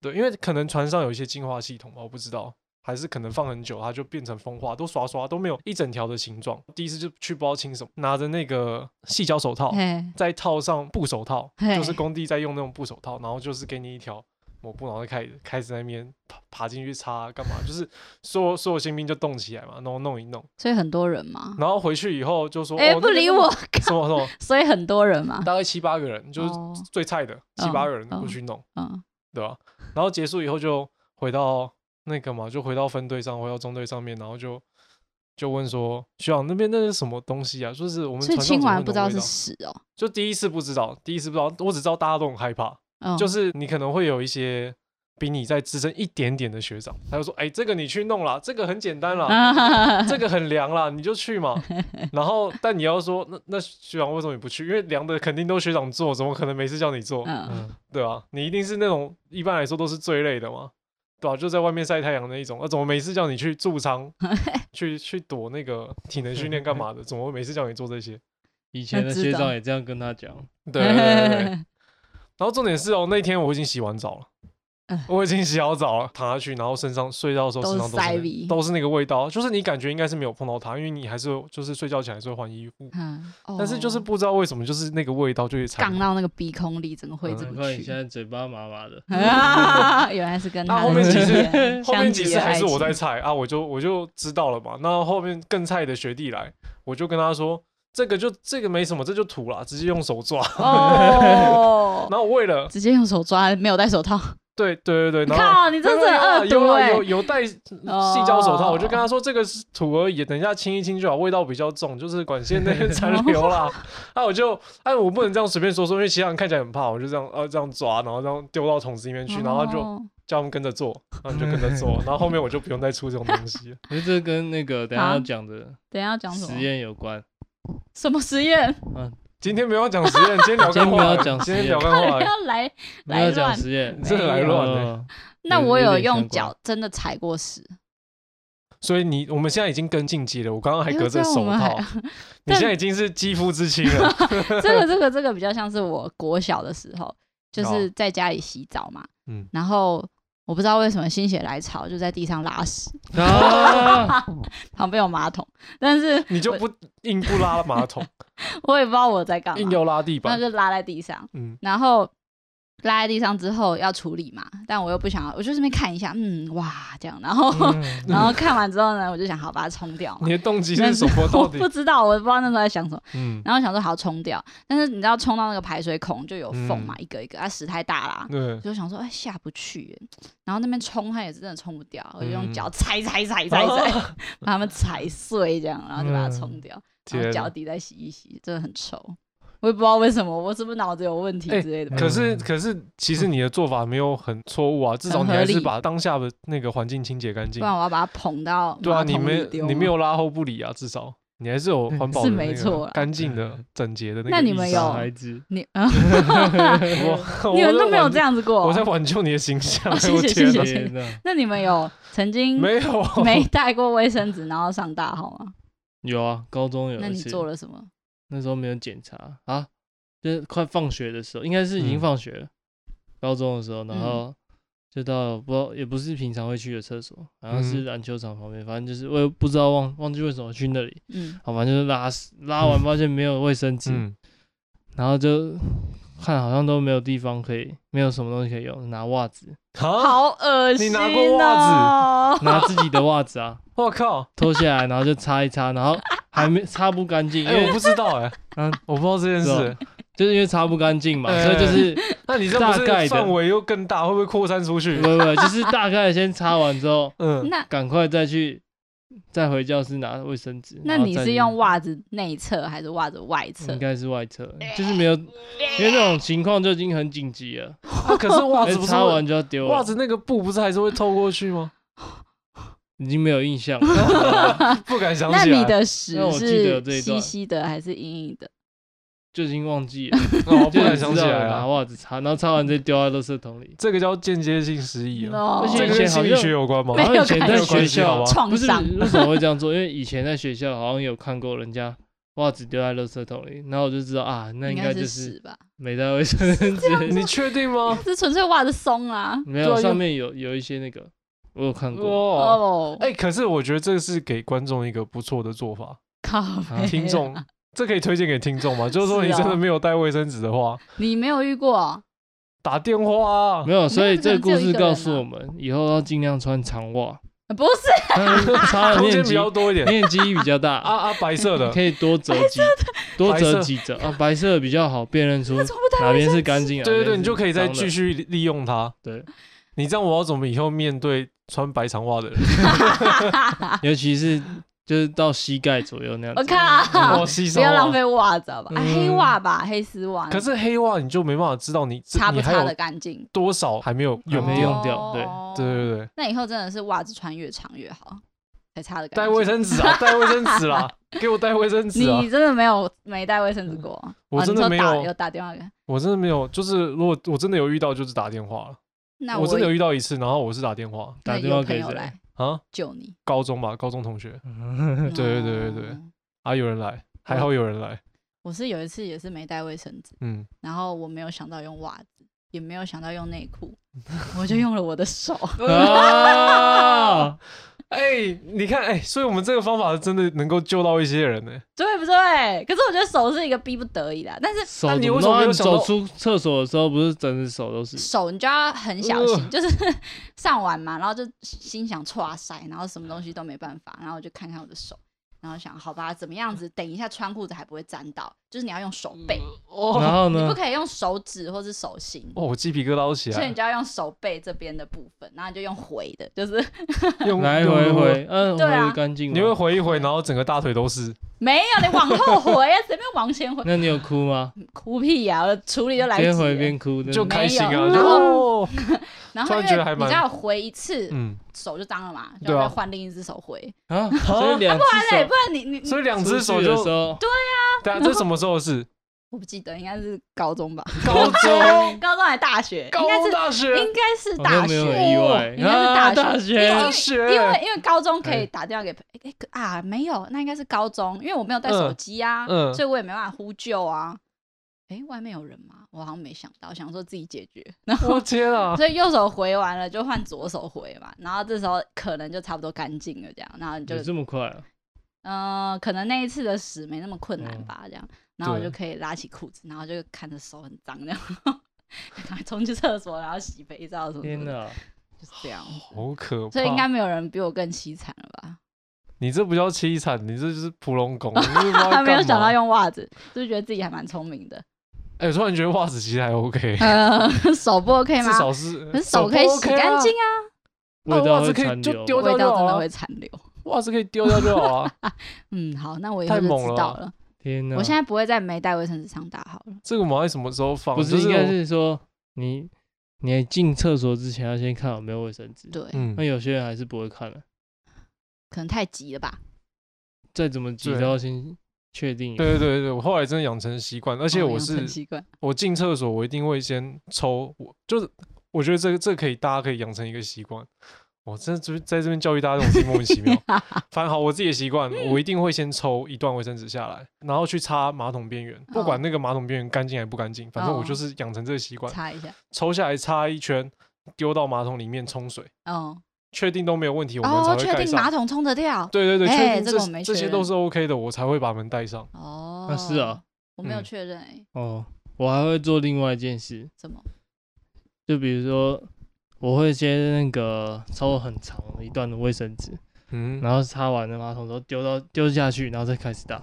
[SPEAKER 1] 对，因为可能船上有一些净化系统吧，我不知道，还是可能放很久它就变成风化，都刷刷都没有一整条的形状。第一次就去不知道清什么，拿着那个细胶手套，
[SPEAKER 2] 嘿，
[SPEAKER 1] 再套上布手套，
[SPEAKER 2] 嘿
[SPEAKER 1] 就是工地在用那种布手套，然后就是给你一条抹布，然后开始开始在那边爬爬进去擦干嘛，就是所有所有新兵就动起来嘛，然后弄一弄，
[SPEAKER 2] 所以很多人嘛，
[SPEAKER 1] 然后回去以后就说，
[SPEAKER 2] 哎，
[SPEAKER 1] 哦
[SPEAKER 2] 不理，我，
[SPEAKER 1] 那个什么什么，
[SPEAKER 2] 所以很多人嘛，
[SPEAKER 1] 大概七八个人，就是
[SPEAKER 2] 哦
[SPEAKER 1] 最菜的七八个人
[SPEAKER 2] 嗯
[SPEAKER 1] 过去弄，
[SPEAKER 2] 嗯，
[SPEAKER 1] 对吧？然后结束以后就回到那个嘛，就回到分队上，回到中队上面，然后就。就问说，学长那边那是什么东西啊？就是我们
[SPEAKER 2] 所以
[SPEAKER 1] 船上
[SPEAKER 2] 清
[SPEAKER 1] 怎么
[SPEAKER 2] 完
[SPEAKER 1] 会
[SPEAKER 2] 不知
[SPEAKER 1] 有
[SPEAKER 2] 道
[SPEAKER 1] 味
[SPEAKER 2] 是
[SPEAKER 1] 道
[SPEAKER 2] 屎哦，
[SPEAKER 1] 就第一次不知道，第一次不知道，我只知道大家都很害怕，
[SPEAKER 2] 嗯，
[SPEAKER 1] 就是你可能会有一些比你再资深一点点的学长，他就说：“哎、这个你去弄啦，这个很简单啦，
[SPEAKER 2] 啊，
[SPEAKER 1] 这个很凉啦，你就去嘛。” 然后，但你要说那那学长为什么你不去？因为凉的肯定都学长做，怎么可能没事叫你做？
[SPEAKER 2] 嗯，
[SPEAKER 3] 嗯
[SPEAKER 1] 对啊，你一定是那种一般来说都是最累的嘛，对啊，就在外面晒太阳那一种。那、啊怎么没事叫你去驻仓， 去去躲那个体能训练干嘛的？怎么会没事叫你做这些？
[SPEAKER 3] 以前的
[SPEAKER 2] 知
[SPEAKER 3] 学
[SPEAKER 2] 道
[SPEAKER 3] 长也这样跟他讲，
[SPEAKER 1] 对对对对对然后重点是哦，那天我已经洗完澡了。我已经洗好澡了，躺下去，然后身上睡觉的时候
[SPEAKER 2] 嗯都
[SPEAKER 1] 身
[SPEAKER 2] 是
[SPEAKER 1] 上都是那
[SPEAKER 2] 塞鼻
[SPEAKER 1] 都是那个味道，啊就是你感觉应该是没有碰到它，因为你还是有就是睡觉前还是会换衣服，
[SPEAKER 2] 嗯，
[SPEAKER 1] 但是就是
[SPEAKER 2] 哦
[SPEAKER 1] 不知道为什么就是那个味道就会缠
[SPEAKER 2] 杠
[SPEAKER 1] 绵。
[SPEAKER 2] 到那个鼻孔里，整个挥之
[SPEAKER 1] 嗯
[SPEAKER 2] 不
[SPEAKER 3] 怪你
[SPEAKER 2] 去，
[SPEAKER 3] 现。在嘴巴麻麻的
[SPEAKER 2] 啊，原来是跟
[SPEAKER 1] 那
[SPEAKER 2] 他
[SPEAKER 1] 后
[SPEAKER 2] 的
[SPEAKER 1] 面
[SPEAKER 2] 经
[SPEAKER 1] 其实
[SPEAKER 2] 验
[SPEAKER 1] 后面
[SPEAKER 2] 相
[SPEAKER 1] 几
[SPEAKER 2] 继
[SPEAKER 1] 次
[SPEAKER 2] 的
[SPEAKER 1] 还
[SPEAKER 2] 爱
[SPEAKER 1] 是我在
[SPEAKER 2] 情
[SPEAKER 1] 猜啊，我就我就知道了嘛。那后面更菜的学弟来，我就跟他说这个就这个没什么，这就土啦，直接用手抓。
[SPEAKER 2] 哦，
[SPEAKER 1] 然后为了
[SPEAKER 2] 直接用手抓，没有戴手套。
[SPEAKER 1] 对对对对，然后。
[SPEAKER 2] 靠，你哦真是很恶
[SPEAKER 1] 有
[SPEAKER 2] 毒哦
[SPEAKER 1] 啦
[SPEAKER 2] 哎
[SPEAKER 1] 有！有戴细胶手套，我就跟他说这个是土而已，等一下清一清就好，味道比较重，就是管线 那边残留啦。那我就，哎，我不能这样随便说说，因为其他人看起来很怕，我就这样呃这样抓，然后这样丢到桶子里面去，然后就
[SPEAKER 2] 哦
[SPEAKER 1] 叫他们跟着做，然后你就跟着 做，然后后面我就不用再出这种东西了。
[SPEAKER 3] 我觉得这跟那个等一下
[SPEAKER 2] 好
[SPEAKER 3] 要讲的
[SPEAKER 2] 等一下要讲什
[SPEAKER 3] 实
[SPEAKER 2] 么？
[SPEAKER 3] 验有关。
[SPEAKER 2] 什么实验？
[SPEAKER 1] 今天不要讲实 验，今天聊干
[SPEAKER 3] 今天
[SPEAKER 1] 话
[SPEAKER 3] 不要
[SPEAKER 1] 而已，
[SPEAKER 3] 讲实
[SPEAKER 1] 今天
[SPEAKER 3] 验
[SPEAKER 1] 聊干话而已。
[SPEAKER 2] 要来
[SPEAKER 3] 没有
[SPEAKER 2] 来
[SPEAKER 3] 讲
[SPEAKER 2] 乱
[SPEAKER 3] 实验，
[SPEAKER 1] 真的来乱的
[SPEAKER 3] 哦
[SPEAKER 2] 那
[SPEAKER 3] 有
[SPEAKER 2] 我
[SPEAKER 3] 有
[SPEAKER 2] 有
[SPEAKER 3] 点相
[SPEAKER 2] 用
[SPEAKER 3] 关
[SPEAKER 2] 脚真的踩过屎，
[SPEAKER 1] 所以你我们现在已经更进阶了，我刚刚还
[SPEAKER 2] 哎呦
[SPEAKER 1] 隔着
[SPEAKER 2] 这样
[SPEAKER 1] 手
[SPEAKER 2] 我们还
[SPEAKER 1] 套，你现在已经是肌肤之亲 了。
[SPEAKER 2] 这个这个这个比较像是我国小的时候，就是在家里洗澡嘛，
[SPEAKER 1] 哦嗯
[SPEAKER 2] 然后我不知道为什么心血来潮就在地上拉屎，
[SPEAKER 1] 欸
[SPEAKER 3] 啊，
[SPEAKER 2] 旁边有马桶，但是
[SPEAKER 1] 你就不硬不拉马桶，
[SPEAKER 2] 我也不知道我在干
[SPEAKER 1] 硬
[SPEAKER 2] 嘛，
[SPEAKER 1] 要拉地
[SPEAKER 2] 那
[SPEAKER 1] 板。
[SPEAKER 2] 就拉在地上，
[SPEAKER 1] 嗯，
[SPEAKER 2] 然后拉在地上之后要处理嘛，但我又不想要，我就顺便看一下，嗯，哇，这样，然后、然后看完之后呢，我就想好把它冲掉嘛
[SPEAKER 1] 嗯 你。的动机
[SPEAKER 2] 但
[SPEAKER 1] 是什么？
[SPEAKER 2] 我
[SPEAKER 1] 到底
[SPEAKER 2] 不？知道，我不知道那时候在想什么。
[SPEAKER 1] 嗯，
[SPEAKER 2] 然后想说好冲掉，但是你知道冲到那个排水孔就有缝嘛，
[SPEAKER 1] 嗯
[SPEAKER 2] 一个一个，啊屎太大啦，
[SPEAKER 1] 对，
[SPEAKER 2] 就想说哎下不去耶，然后那边冲它也真的冲不掉，我就用
[SPEAKER 1] 嗯
[SPEAKER 2] 脚踩踩踩 踩踩，把它们踩碎这样，然后就把它冲掉，然
[SPEAKER 1] 天
[SPEAKER 2] 后
[SPEAKER 1] 啊
[SPEAKER 2] 脚底再洗一洗，真的很臭，我也不知道为什么，我是不是脑子有问题
[SPEAKER 1] 哎
[SPEAKER 2] 之类的吧。
[SPEAKER 1] 可是
[SPEAKER 3] 嗯
[SPEAKER 1] 可是，其实你的做法没有很错误啊，至少
[SPEAKER 2] 很
[SPEAKER 1] 你
[SPEAKER 2] 合
[SPEAKER 1] 还是
[SPEAKER 2] 理
[SPEAKER 1] 把当下的那个环境清洁干净
[SPEAKER 2] 不。然我要把它捧到
[SPEAKER 1] 对啊，
[SPEAKER 2] 马
[SPEAKER 1] 你
[SPEAKER 2] 桶
[SPEAKER 1] 没
[SPEAKER 2] 里丢
[SPEAKER 1] 你
[SPEAKER 2] 吗
[SPEAKER 1] 没有拉后不理啊，至少你还是有环保
[SPEAKER 2] 是
[SPEAKER 1] 的
[SPEAKER 2] 没
[SPEAKER 1] 那
[SPEAKER 2] 错
[SPEAKER 1] 个
[SPEAKER 2] 啦嗯
[SPEAKER 1] 干净的、整洁的那个意识。
[SPEAKER 2] 那你们有
[SPEAKER 3] 小孩子，
[SPEAKER 2] 你啊，
[SPEAKER 1] 我
[SPEAKER 2] 你们都没有这
[SPEAKER 1] 样，
[SPEAKER 2] 样子过
[SPEAKER 1] 我在，挽救你的形象。
[SPEAKER 2] 哦谢谢
[SPEAKER 1] 我天
[SPEAKER 2] 谢
[SPEAKER 1] 哪
[SPEAKER 2] 谢
[SPEAKER 3] 天哪
[SPEAKER 2] 那你 们有曾经
[SPEAKER 1] 没有啊，
[SPEAKER 2] 没带过卫生纸然后上大号吗？
[SPEAKER 3] 有啊，高中有
[SPEAKER 2] 那
[SPEAKER 3] 一
[SPEAKER 2] 你
[SPEAKER 3] 次
[SPEAKER 2] 做了什么？
[SPEAKER 3] 那时候没有检查啊，就是快放学的时候，应该是已经
[SPEAKER 1] 嗯
[SPEAKER 3] 放学了，高中的时候，然
[SPEAKER 2] 嗯
[SPEAKER 3] 后就到不知道也不是平常会去的厕所，然后是
[SPEAKER 1] 嗯
[SPEAKER 3] 篮球场旁边，反正就是我也不知道忘忘记为什么去那里，
[SPEAKER 2] 嗯，
[SPEAKER 3] 好反正就是拉屎，拉完发现没有卫生纸，
[SPEAKER 1] 嗯，
[SPEAKER 3] 然后就看好像都没有地方可以，没有什么东西可以用，拿 袜子，
[SPEAKER 1] 好，
[SPEAKER 2] 好恶
[SPEAKER 1] 啊你
[SPEAKER 2] 心
[SPEAKER 1] 拿过袜
[SPEAKER 2] 哦！
[SPEAKER 3] 拿自己的袜子啊
[SPEAKER 1] 我靠，
[SPEAKER 3] 脱下来，然后就擦一擦，然后还没擦不 干净，因
[SPEAKER 1] 哎，
[SPEAKER 3] 为
[SPEAKER 1] 我不知道哎，
[SPEAKER 3] 嗯
[SPEAKER 1] 我不知道这件
[SPEAKER 3] 是
[SPEAKER 1] 事
[SPEAKER 3] 啊。就是因为擦不干净嘛，
[SPEAKER 2] 哎
[SPEAKER 3] 所以就是
[SPEAKER 1] 那你这不
[SPEAKER 3] 大概
[SPEAKER 1] 是
[SPEAKER 3] 的
[SPEAKER 1] 范围又更大，会不会扩散出去
[SPEAKER 2] 嗯
[SPEAKER 3] 不？不，就是大概先擦完之后，
[SPEAKER 1] 嗯，
[SPEAKER 2] 那
[SPEAKER 3] 赶快再去再回教室拿卫生纸。
[SPEAKER 2] 那
[SPEAKER 3] 然后
[SPEAKER 2] 你
[SPEAKER 3] 再嗯
[SPEAKER 2] 是用袜子内侧还是袜子外侧
[SPEAKER 3] 应？该是外侧，就是没有，因为这种情况就已经很紧急了，
[SPEAKER 1] 那啊可是袜
[SPEAKER 3] 而
[SPEAKER 1] 子
[SPEAKER 3] 且
[SPEAKER 1] 不是
[SPEAKER 3] 擦
[SPEAKER 1] 会
[SPEAKER 3] 哎完就要丢了，
[SPEAKER 1] 袜子那个布不是还是会透过去吗？
[SPEAKER 3] 已经没有印象了，
[SPEAKER 1] 不敢想
[SPEAKER 2] 那
[SPEAKER 1] 起
[SPEAKER 2] 你
[SPEAKER 1] 来，
[SPEAKER 2] 的屎
[SPEAKER 3] 那我记得有这
[SPEAKER 2] 是
[SPEAKER 3] 一
[SPEAKER 2] 稀
[SPEAKER 3] 段
[SPEAKER 2] 稀的还是硬硬的？
[SPEAKER 3] 就已经忘记了，
[SPEAKER 1] 哦， 不
[SPEAKER 3] 就
[SPEAKER 1] 敢
[SPEAKER 3] 只知
[SPEAKER 1] 想起
[SPEAKER 3] 道有
[SPEAKER 1] 来
[SPEAKER 3] 拿
[SPEAKER 1] 啊。
[SPEAKER 3] 袜子擦，然后擦完再丢到垃圾桶里。
[SPEAKER 1] 这个叫间接性失忆啊，
[SPEAKER 2] No
[SPEAKER 3] 而且
[SPEAKER 1] 这个
[SPEAKER 3] 以
[SPEAKER 1] 跟
[SPEAKER 3] 前好
[SPEAKER 1] 心理
[SPEAKER 3] 像
[SPEAKER 1] 学有关吗
[SPEAKER 2] 没？
[SPEAKER 3] 然后以前在
[SPEAKER 1] 有
[SPEAKER 3] 学
[SPEAKER 1] 关系好
[SPEAKER 3] 校
[SPEAKER 1] 吧，
[SPEAKER 2] 哦创
[SPEAKER 3] 不是
[SPEAKER 2] 伤
[SPEAKER 3] 为什么会这样做？因为以前在学校好像有看过人家袜子丢在垃圾桶里，然后我就知道啊，那应
[SPEAKER 2] 应该
[SPEAKER 3] 该就是是
[SPEAKER 2] 屎吧？
[SPEAKER 3] 没带卫生纸。
[SPEAKER 1] 你确定 吗？
[SPEAKER 2] 这纯粹袜子松啦。
[SPEAKER 3] 没
[SPEAKER 1] 对 啊
[SPEAKER 3] 有，
[SPEAKER 1] 又
[SPEAKER 3] 上面有有一些那个，我有看过。
[SPEAKER 1] 哇，
[SPEAKER 2] 哦，
[SPEAKER 1] 哎，可是我觉得这是给观众一个不错的做法，
[SPEAKER 2] 靠
[SPEAKER 3] 啊
[SPEAKER 2] 北！
[SPEAKER 1] 听众。这可以推荐给听众吗？就是说，
[SPEAKER 2] 是
[SPEAKER 1] 你真的
[SPEAKER 2] 哦
[SPEAKER 1] 没有带卫生纸的话，
[SPEAKER 2] 你没有遇过？哦
[SPEAKER 1] 打电话啊
[SPEAKER 3] 没！有，所以
[SPEAKER 2] 这
[SPEAKER 3] 这
[SPEAKER 2] 个
[SPEAKER 3] 个故
[SPEAKER 2] 只有一
[SPEAKER 3] 事
[SPEAKER 2] 个人
[SPEAKER 3] 告
[SPEAKER 2] 啊
[SPEAKER 3] 诉我们，以后要尽量穿 长袜，
[SPEAKER 2] 呃不是，
[SPEAKER 3] 穿
[SPEAKER 1] 空间
[SPEAKER 3] 面
[SPEAKER 1] 比
[SPEAKER 3] 积
[SPEAKER 1] 较多一点
[SPEAKER 3] 面积比较大
[SPEAKER 1] 啊，啊，白色的
[SPEAKER 3] 可以多折几多折几折啊，白色比较好辨认出
[SPEAKER 2] 从不带
[SPEAKER 3] 哪
[SPEAKER 2] 卫
[SPEAKER 3] 边
[SPEAKER 2] 生纸。
[SPEAKER 3] 是干净啊。
[SPEAKER 1] 对对
[SPEAKER 3] 哪边
[SPEAKER 1] 对，
[SPEAKER 3] 是
[SPEAKER 1] 你就可以再
[SPEAKER 3] 脏的
[SPEAKER 1] 继续利利用它。
[SPEAKER 3] 对，
[SPEAKER 1] 你这样，我要怎么以后面对穿白长袜的人？
[SPEAKER 3] 尤其是就是到膝盖左右那样
[SPEAKER 2] 啊我
[SPEAKER 3] 子。
[SPEAKER 1] 我
[SPEAKER 2] 靠！
[SPEAKER 1] 吸收
[SPEAKER 2] 不要
[SPEAKER 1] 啊
[SPEAKER 2] 浪费袜子好吧？啊
[SPEAKER 3] 嗯
[SPEAKER 2] 黑袜吧，黑丝袜。
[SPEAKER 1] 可是黑袜你就没办法知道你这
[SPEAKER 2] 擦不
[SPEAKER 1] 你还
[SPEAKER 2] 擦
[SPEAKER 1] 有
[SPEAKER 2] 的干净？
[SPEAKER 1] 多少还没有用
[SPEAKER 3] 没
[SPEAKER 1] 掉。
[SPEAKER 3] 用掉对
[SPEAKER 2] 哦
[SPEAKER 1] 对对对，
[SPEAKER 2] 那以后真的是袜子穿越长越好，才擦的干
[SPEAKER 1] 带
[SPEAKER 2] 净。
[SPEAKER 1] 卫生纸啊，带卫生纸啦，给我带卫 生纸啊
[SPEAKER 2] 你！真的没有没带卫生纸过？
[SPEAKER 1] 我真的
[SPEAKER 2] 哦
[SPEAKER 1] 没
[SPEAKER 2] 你说打
[SPEAKER 1] 有
[SPEAKER 2] 有打电话给他。
[SPEAKER 1] 我真的没有，就是如果我真的有遇到，就是打电话了。
[SPEAKER 2] 那
[SPEAKER 1] 我真的有遇到一次，然后我是打电话
[SPEAKER 2] 那
[SPEAKER 3] 打
[SPEAKER 2] 有
[SPEAKER 3] 电话
[SPEAKER 2] 朋
[SPEAKER 3] 给
[SPEAKER 2] 友
[SPEAKER 3] 谁
[SPEAKER 2] 来
[SPEAKER 1] 啊，
[SPEAKER 2] 救你。哦
[SPEAKER 1] 高中吧，高中同学
[SPEAKER 3] 嗯
[SPEAKER 2] 对
[SPEAKER 1] 对对对对啊，有人来，还好有人来，
[SPEAKER 2] 我是有一次也是没带卫生纸，
[SPEAKER 1] 嗯，
[SPEAKER 2] 然后我没有想到用袜子，也没有想到用内 裤，我就用了我的手。
[SPEAKER 3] 啊，
[SPEAKER 1] 哎、你看，哎、所以我们这个方法真的能够救到一些人呢、
[SPEAKER 2] 对不对？可是我觉得手是一个逼不得已的，但是
[SPEAKER 3] 手
[SPEAKER 1] 那
[SPEAKER 3] 怎
[SPEAKER 1] 你
[SPEAKER 3] 么
[SPEAKER 1] 为什么没有
[SPEAKER 3] 弄？
[SPEAKER 1] 想到
[SPEAKER 3] 走出厕所的时候，不是整只手都是？
[SPEAKER 2] 手你就要很小
[SPEAKER 1] 呃
[SPEAKER 2] 心，就是 上完嘛，然后就心想哇塞，然后什么东西都没办法，然后我就看看我的手，然后想好吧，怎么样子，等一下穿裤子还不会沾到，就是你要用手背，
[SPEAKER 3] 然
[SPEAKER 1] 哦
[SPEAKER 3] 后
[SPEAKER 2] 你不
[SPEAKER 3] 呢？
[SPEAKER 2] 可以用手指或是手心。
[SPEAKER 1] 哦，我鸡皮疙瘩都起
[SPEAKER 2] 所以
[SPEAKER 1] 来
[SPEAKER 2] 你
[SPEAKER 1] 了，
[SPEAKER 2] 就要用手背这边的部分，然后你就用回的，就是
[SPEAKER 1] 用
[SPEAKER 3] 来
[SPEAKER 1] 用
[SPEAKER 3] 回
[SPEAKER 1] 用
[SPEAKER 3] 回，嗯，
[SPEAKER 2] 对啊
[SPEAKER 3] 回干净
[SPEAKER 1] 你会
[SPEAKER 3] 吗？
[SPEAKER 1] 回一回，然后整个大腿都是。
[SPEAKER 2] 没有你往后回啊，随便往前回，
[SPEAKER 3] 那你有哭吗？
[SPEAKER 2] 哭屁呀、我的处理就来不及
[SPEAKER 3] 边
[SPEAKER 2] 了。
[SPEAKER 3] 回边哭，
[SPEAKER 1] 就
[SPEAKER 3] 真的
[SPEAKER 1] 开心啊，
[SPEAKER 2] 没有
[SPEAKER 1] 就
[SPEAKER 2] 然
[SPEAKER 1] 哦，
[SPEAKER 2] 然
[SPEAKER 1] 突
[SPEAKER 2] 后
[SPEAKER 1] 然
[SPEAKER 2] 因
[SPEAKER 1] 觉得还
[SPEAKER 2] 为你
[SPEAKER 1] 蛮
[SPEAKER 2] 只要回一次，
[SPEAKER 1] 嗯，
[SPEAKER 2] 手就脏了嘛，
[SPEAKER 1] 对啊
[SPEAKER 2] 就要换另一只手回。
[SPEAKER 3] 啊，所以两只
[SPEAKER 2] 对，
[SPEAKER 3] 手
[SPEAKER 2] 不然你你你
[SPEAKER 1] 所以两只
[SPEAKER 3] 出
[SPEAKER 1] 手
[SPEAKER 3] 去的
[SPEAKER 1] 就
[SPEAKER 3] 时，候，
[SPEAKER 1] 对啊，这什么时候的 事？
[SPEAKER 2] 我不记得，应该是高中吧，
[SPEAKER 1] 高中、
[SPEAKER 2] 高中还大学，应
[SPEAKER 1] 高
[SPEAKER 2] 该
[SPEAKER 1] 中、
[SPEAKER 2] 是
[SPEAKER 1] 大学、
[SPEAKER 2] 应该是
[SPEAKER 3] 我
[SPEAKER 2] 大
[SPEAKER 3] 都没
[SPEAKER 2] 学
[SPEAKER 3] 有，很意外
[SPEAKER 2] 应该是
[SPEAKER 3] 啊，
[SPEAKER 2] 大
[SPEAKER 3] 大
[SPEAKER 2] 学因为
[SPEAKER 1] 大
[SPEAKER 3] 学
[SPEAKER 2] 因
[SPEAKER 1] 学，
[SPEAKER 2] 为因为高中可
[SPEAKER 3] 哎
[SPEAKER 2] 以打电话给朋哎、哎可啊没有，那应该是高中，因为我没有带手机啊，
[SPEAKER 1] 嗯嗯
[SPEAKER 2] 所以我也没办法呼救啊。哎、外面有人吗？我好像没想到，想说自己解决，然 后
[SPEAKER 1] 我天啊！
[SPEAKER 2] 所以右手回完了就换左手回嘛，然后这时候可能就差不多干净了，这样，然后你就
[SPEAKER 3] 有这么快啊？
[SPEAKER 2] 嗯，可能那一次的屎没那么困难
[SPEAKER 3] 嗯
[SPEAKER 2] 吧，这样，然后我
[SPEAKER 1] 对
[SPEAKER 2] 就可以拉起裤子，然后就看着手很脏，这样，就赶快冲去厕所，然后洗肥皂什么
[SPEAKER 3] 天
[SPEAKER 2] 的，
[SPEAKER 3] 哪！
[SPEAKER 2] 就是这样。
[SPEAKER 1] 好可怕！
[SPEAKER 2] 所以应该没有人比我更凄惨了吧？
[SPEAKER 1] 你这不叫凄惨，你这就是普龙 拱。你这不知道
[SPEAKER 2] 他没有
[SPEAKER 1] 干
[SPEAKER 2] 想
[SPEAKER 1] 嘛
[SPEAKER 2] 到。用袜子，就是觉得自己还蛮聪明的。
[SPEAKER 1] 哎，我突然觉得袜子其实还 OK，
[SPEAKER 2] 呃，手不 OK
[SPEAKER 1] 至
[SPEAKER 2] 吗？
[SPEAKER 1] 少是哦
[SPEAKER 2] 可是手可以洗干净啊，
[SPEAKER 1] 不 OK 啊。
[SPEAKER 3] 味
[SPEAKER 1] 袜
[SPEAKER 3] 道
[SPEAKER 1] 子
[SPEAKER 3] 会
[SPEAKER 1] 可
[SPEAKER 3] 残
[SPEAKER 1] 以
[SPEAKER 3] 留
[SPEAKER 1] 就丢
[SPEAKER 2] 味
[SPEAKER 1] 掉就好
[SPEAKER 2] 道真的
[SPEAKER 1] 啊
[SPEAKER 2] 会，残留。
[SPEAKER 1] 袜子可以丢掉就好啊。
[SPEAKER 2] 嗯，好，那我以后
[SPEAKER 1] 太
[SPEAKER 2] 就
[SPEAKER 1] 猛
[SPEAKER 2] 知
[SPEAKER 1] 了啊
[SPEAKER 2] 道
[SPEAKER 1] 吧
[SPEAKER 2] 了。
[SPEAKER 3] 天哪！
[SPEAKER 2] 我现在不会再没带卫生纸上大号了。
[SPEAKER 1] 这个我们要什么时候放？
[SPEAKER 3] 不
[SPEAKER 1] 就是是
[SPEAKER 3] 应该
[SPEAKER 1] 我
[SPEAKER 3] 是说你你进厕所之前要先看有没有卫生纸。
[SPEAKER 2] 对，
[SPEAKER 1] 嗯
[SPEAKER 3] 那，有些人还是不会看的、
[SPEAKER 2] 可能太急了吧。
[SPEAKER 3] 再怎么急
[SPEAKER 1] 对
[SPEAKER 3] 都要先确定有。
[SPEAKER 1] 对对对对，我后来真的养成习惯，而
[SPEAKER 2] 而
[SPEAKER 1] 且我是
[SPEAKER 2] 哦习惯，
[SPEAKER 1] 我进厕所，我一定会先抽，我就是我觉得这个这个可以，大家可以养成一个习惯。我真的就是在这边教育大家这种事情莫名其 妙。反正好，我自己的习惯，我一定会先抽一段卫生纸下来，然后去擦马桶边缘，不
[SPEAKER 2] 哦
[SPEAKER 1] 管那个马桶边缘干净还不干净，反正我就
[SPEAKER 2] 哦
[SPEAKER 1] 是养成这个习惯，
[SPEAKER 2] 擦一下。
[SPEAKER 1] 抽下来擦一圈，丢到马桶里面冲水，
[SPEAKER 2] 哦，
[SPEAKER 1] 确定都没有问题，我们才
[SPEAKER 2] 哦，
[SPEAKER 1] 会
[SPEAKER 2] 确
[SPEAKER 1] 盖
[SPEAKER 2] 定
[SPEAKER 1] 上
[SPEAKER 2] 马。桶冲得掉？
[SPEAKER 1] 对对对，
[SPEAKER 2] 哎
[SPEAKER 1] 确定
[SPEAKER 2] 这
[SPEAKER 1] 这
[SPEAKER 2] 个我没
[SPEAKER 1] 这
[SPEAKER 2] 确
[SPEAKER 1] 些都
[SPEAKER 2] 认
[SPEAKER 1] 是 OK 的，我才会把门带上。
[SPEAKER 2] 哦，
[SPEAKER 3] 啊是啊，
[SPEAKER 2] 我没有
[SPEAKER 1] 嗯
[SPEAKER 2] 确认哎，
[SPEAKER 3] 哦，我还会做另外一件事，
[SPEAKER 2] 怎么？
[SPEAKER 3] 就比如说我会先那个抽很长一段的卫生纸，
[SPEAKER 1] 嗯，
[SPEAKER 3] 然后擦完了马桶之后丢到丢下去，然后再开始打，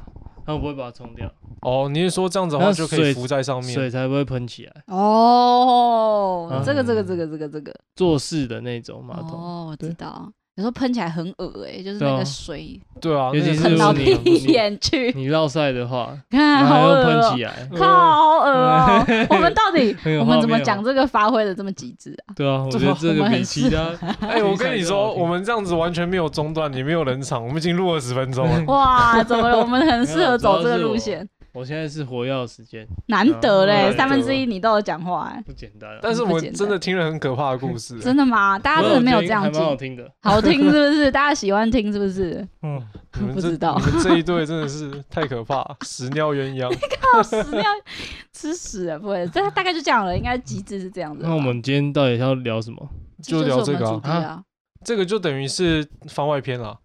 [SPEAKER 3] 然后我不会把它冲掉，
[SPEAKER 1] 哦，你是说这样子的话
[SPEAKER 3] 那
[SPEAKER 1] 就可以
[SPEAKER 3] 水
[SPEAKER 1] 浮在上面？
[SPEAKER 3] 水才不会喷起来。
[SPEAKER 2] 哦
[SPEAKER 3] 哎嗯，
[SPEAKER 2] 这个这个这个这个这个，
[SPEAKER 3] 做事的那种马桶，
[SPEAKER 2] 哦，我
[SPEAKER 3] 对
[SPEAKER 2] 知道。有时候喷起来很恶哎，就是
[SPEAKER 3] 对
[SPEAKER 2] 那
[SPEAKER 3] 啊
[SPEAKER 2] 个水
[SPEAKER 1] 对啊，
[SPEAKER 3] 尤
[SPEAKER 1] 那个
[SPEAKER 3] 其是
[SPEAKER 1] 很
[SPEAKER 2] 喷
[SPEAKER 3] 如
[SPEAKER 2] 到
[SPEAKER 3] 果
[SPEAKER 1] 深
[SPEAKER 3] 你啊
[SPEAKER 1] 的
[SPEAKER 2] 屁眼去，
[SPEAKER 3] 你落晒 的话，
[SPEAKER 2] 看
[SPEAKER 3] 然后
[SPEAKER 2] 好
[SPEAKER 3] 又
[SPEAKER 2] 恶
[SPEAKER 3] 喷
[SPEAKER 2] 哦
[SPEAKER 3] 起， 来，
[SPEAKER 2] 靠，好恶 哦！我们到底
[SPEAKER 3] 很有
[SPEAKER 2] 我
[SPEAKER 3] 画
[SPEAKER 2] 们怎么
[SPEAKER 3] 面哦
[SPEAKER 2] 讲这个发挥的这么极致啊？
[SPEAKER 3] 对啊，我觉
[SPEAKER 1] 对
[SPEAKER 3] 得
[SPEAKER 1] 啊
[SPEAKER 3] 这
[SPEAKER 2] 我
[SPEAKER 3] 个
[SPEAKER 2] 们
[SPEAKER 3] 比
[SPEAKER 2] 很适
[SPEAKER 3] 其他
[SPEAKER 1] 哎、我跟你说，我们这样子完全没有中断，也没有冷场，我们已经录二十分钟
[SPEAKER 2] 哦
[SPEAKER 1] 了。
[SPEAKER 2] 哇，怎么了？我们很
[SPEAKER 3] 没
[SPEAKER 2] 适
[SPEAKER 3] 有
[SPEAKER 2] 合走
[SPEAKER 3] 主
[SPEAKER 2] 这
[SPEAKER 3] 要
[SPEAKER 2] 个
[SPEAKER 3] 是
[SPEAKER 2] 路
[SPEAKER 3] 我
[SPEAKER 2] 线，
[SPEAKER 3] 我现在是活药时间，
[SPEAKER 2] 难
[SPEAKER 3] 嗯
[SPEAKER 2] 得嘞，
[SPEAKER 1] 难
[SPEAKER 2] 三分
[SPEAKER 1] 得
[SPEAKER 2] 之一你都有讲话哎，
[SPEAKER 3] 不简单啊。
[SPEAKER 1] 但是
[SPEAKER 2] 很不
[SPEAKER 1] 我
[SPEAKER 2] 简单
[SPEAKER 1] 真的听了很可怕的故事、
[SPEAKER 2] 真的吗？大啊家真的没有这样
[SPEAKER 3] 还蛮好
[SPEAKER 2] 讲。
[SPEAKER 3] 听的。
[SPEAKER 2] 好听是不是？大家喜欢听是不是？
[SPEAKER 3] 嗯，
[SPEAKER 1] 你们
[SPEAKER 2] 不
[SPEAKER 1] 这
[SPEAKER 2] 知道
[SPEAKER 1] 你们这一对真的是太可怕，屎尿鸳 鸯。
[SPEAKER 2] 靠屎尿吃屎啊！不会，这大概就这样了，应该极致是这样子吧。
[SPEAKER 3] 那我们今天到底要聊什么？
[SPEAKER 2] 就
[SPEAKER 1] 就聊这
[SPEAKER 2] 是
[SPEAKER 1] 个啊
[SPEAKER 2] 我们主题啊，
[SPEAKER 1] 这个就等于是番外篇啦，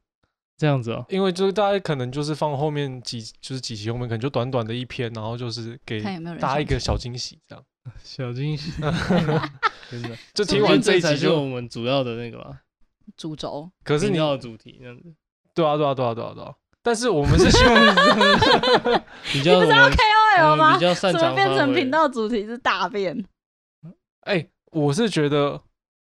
[SPEAKER 3] 这样子哦，
[SPEAKER 1] 因为就是大家可能就是放后面几就是几集，我们可能就短短的一篇，然后就是给
[SPEAKER 2] 看有没有人
[SPEAKER 1] 大家哎一
[SPEAKER 2] 想
[SPEAKER 1] 个小惊喜，这样
[SPEAKER 3] 小惊喜， 真的。
[SPEAKER 1] 就听
[SPEAKER 2] 我
[SPEAKER 1] 完
[SPEAKER 2] 觉得
[SPEAKER 1] 这一
[SPEAKER 3] 才
[SPEAKER 1] 集
[SPEAKER 3] 是我
[SPEAKER 1] 就。
[SPEAKER 3] 们主要的那个吧，
[SPEAKER 2] 主轴。
[SPEAKER 1] 可
[SPEAKER 3] 可
[SPEAKER 1] 是你
[SPEAKER 3] 要的主题这样子。
[SPEAKER 1] 对啊对啊对啊对啊对啊，但是我们是希望
[SPEAKER 3] 比较
[SPEAKER 2] 不
[SPEAKER 3] 我
[SPEAKER 2] 是
[SPEAKER 3] 们
[SPEAKER 2] KOL
[SPEAKER 3] 我们
[SPEAKER 2] 吗
[SPEAKER 3] 比？较
[SPEAKER 2] 哎怎
[SPEAKER 3] 擅
[SPEAKER 2] 么
[SPEAKER 3] 长
[SPEAKER 2] 变
[SPEAKER 3] 发
[SPEAKER 2] 成
[SPEAKER 3] 挥
[SPEAKER 2] 频道主题是大便？
[SPEAKER 1] 哎、我是觉得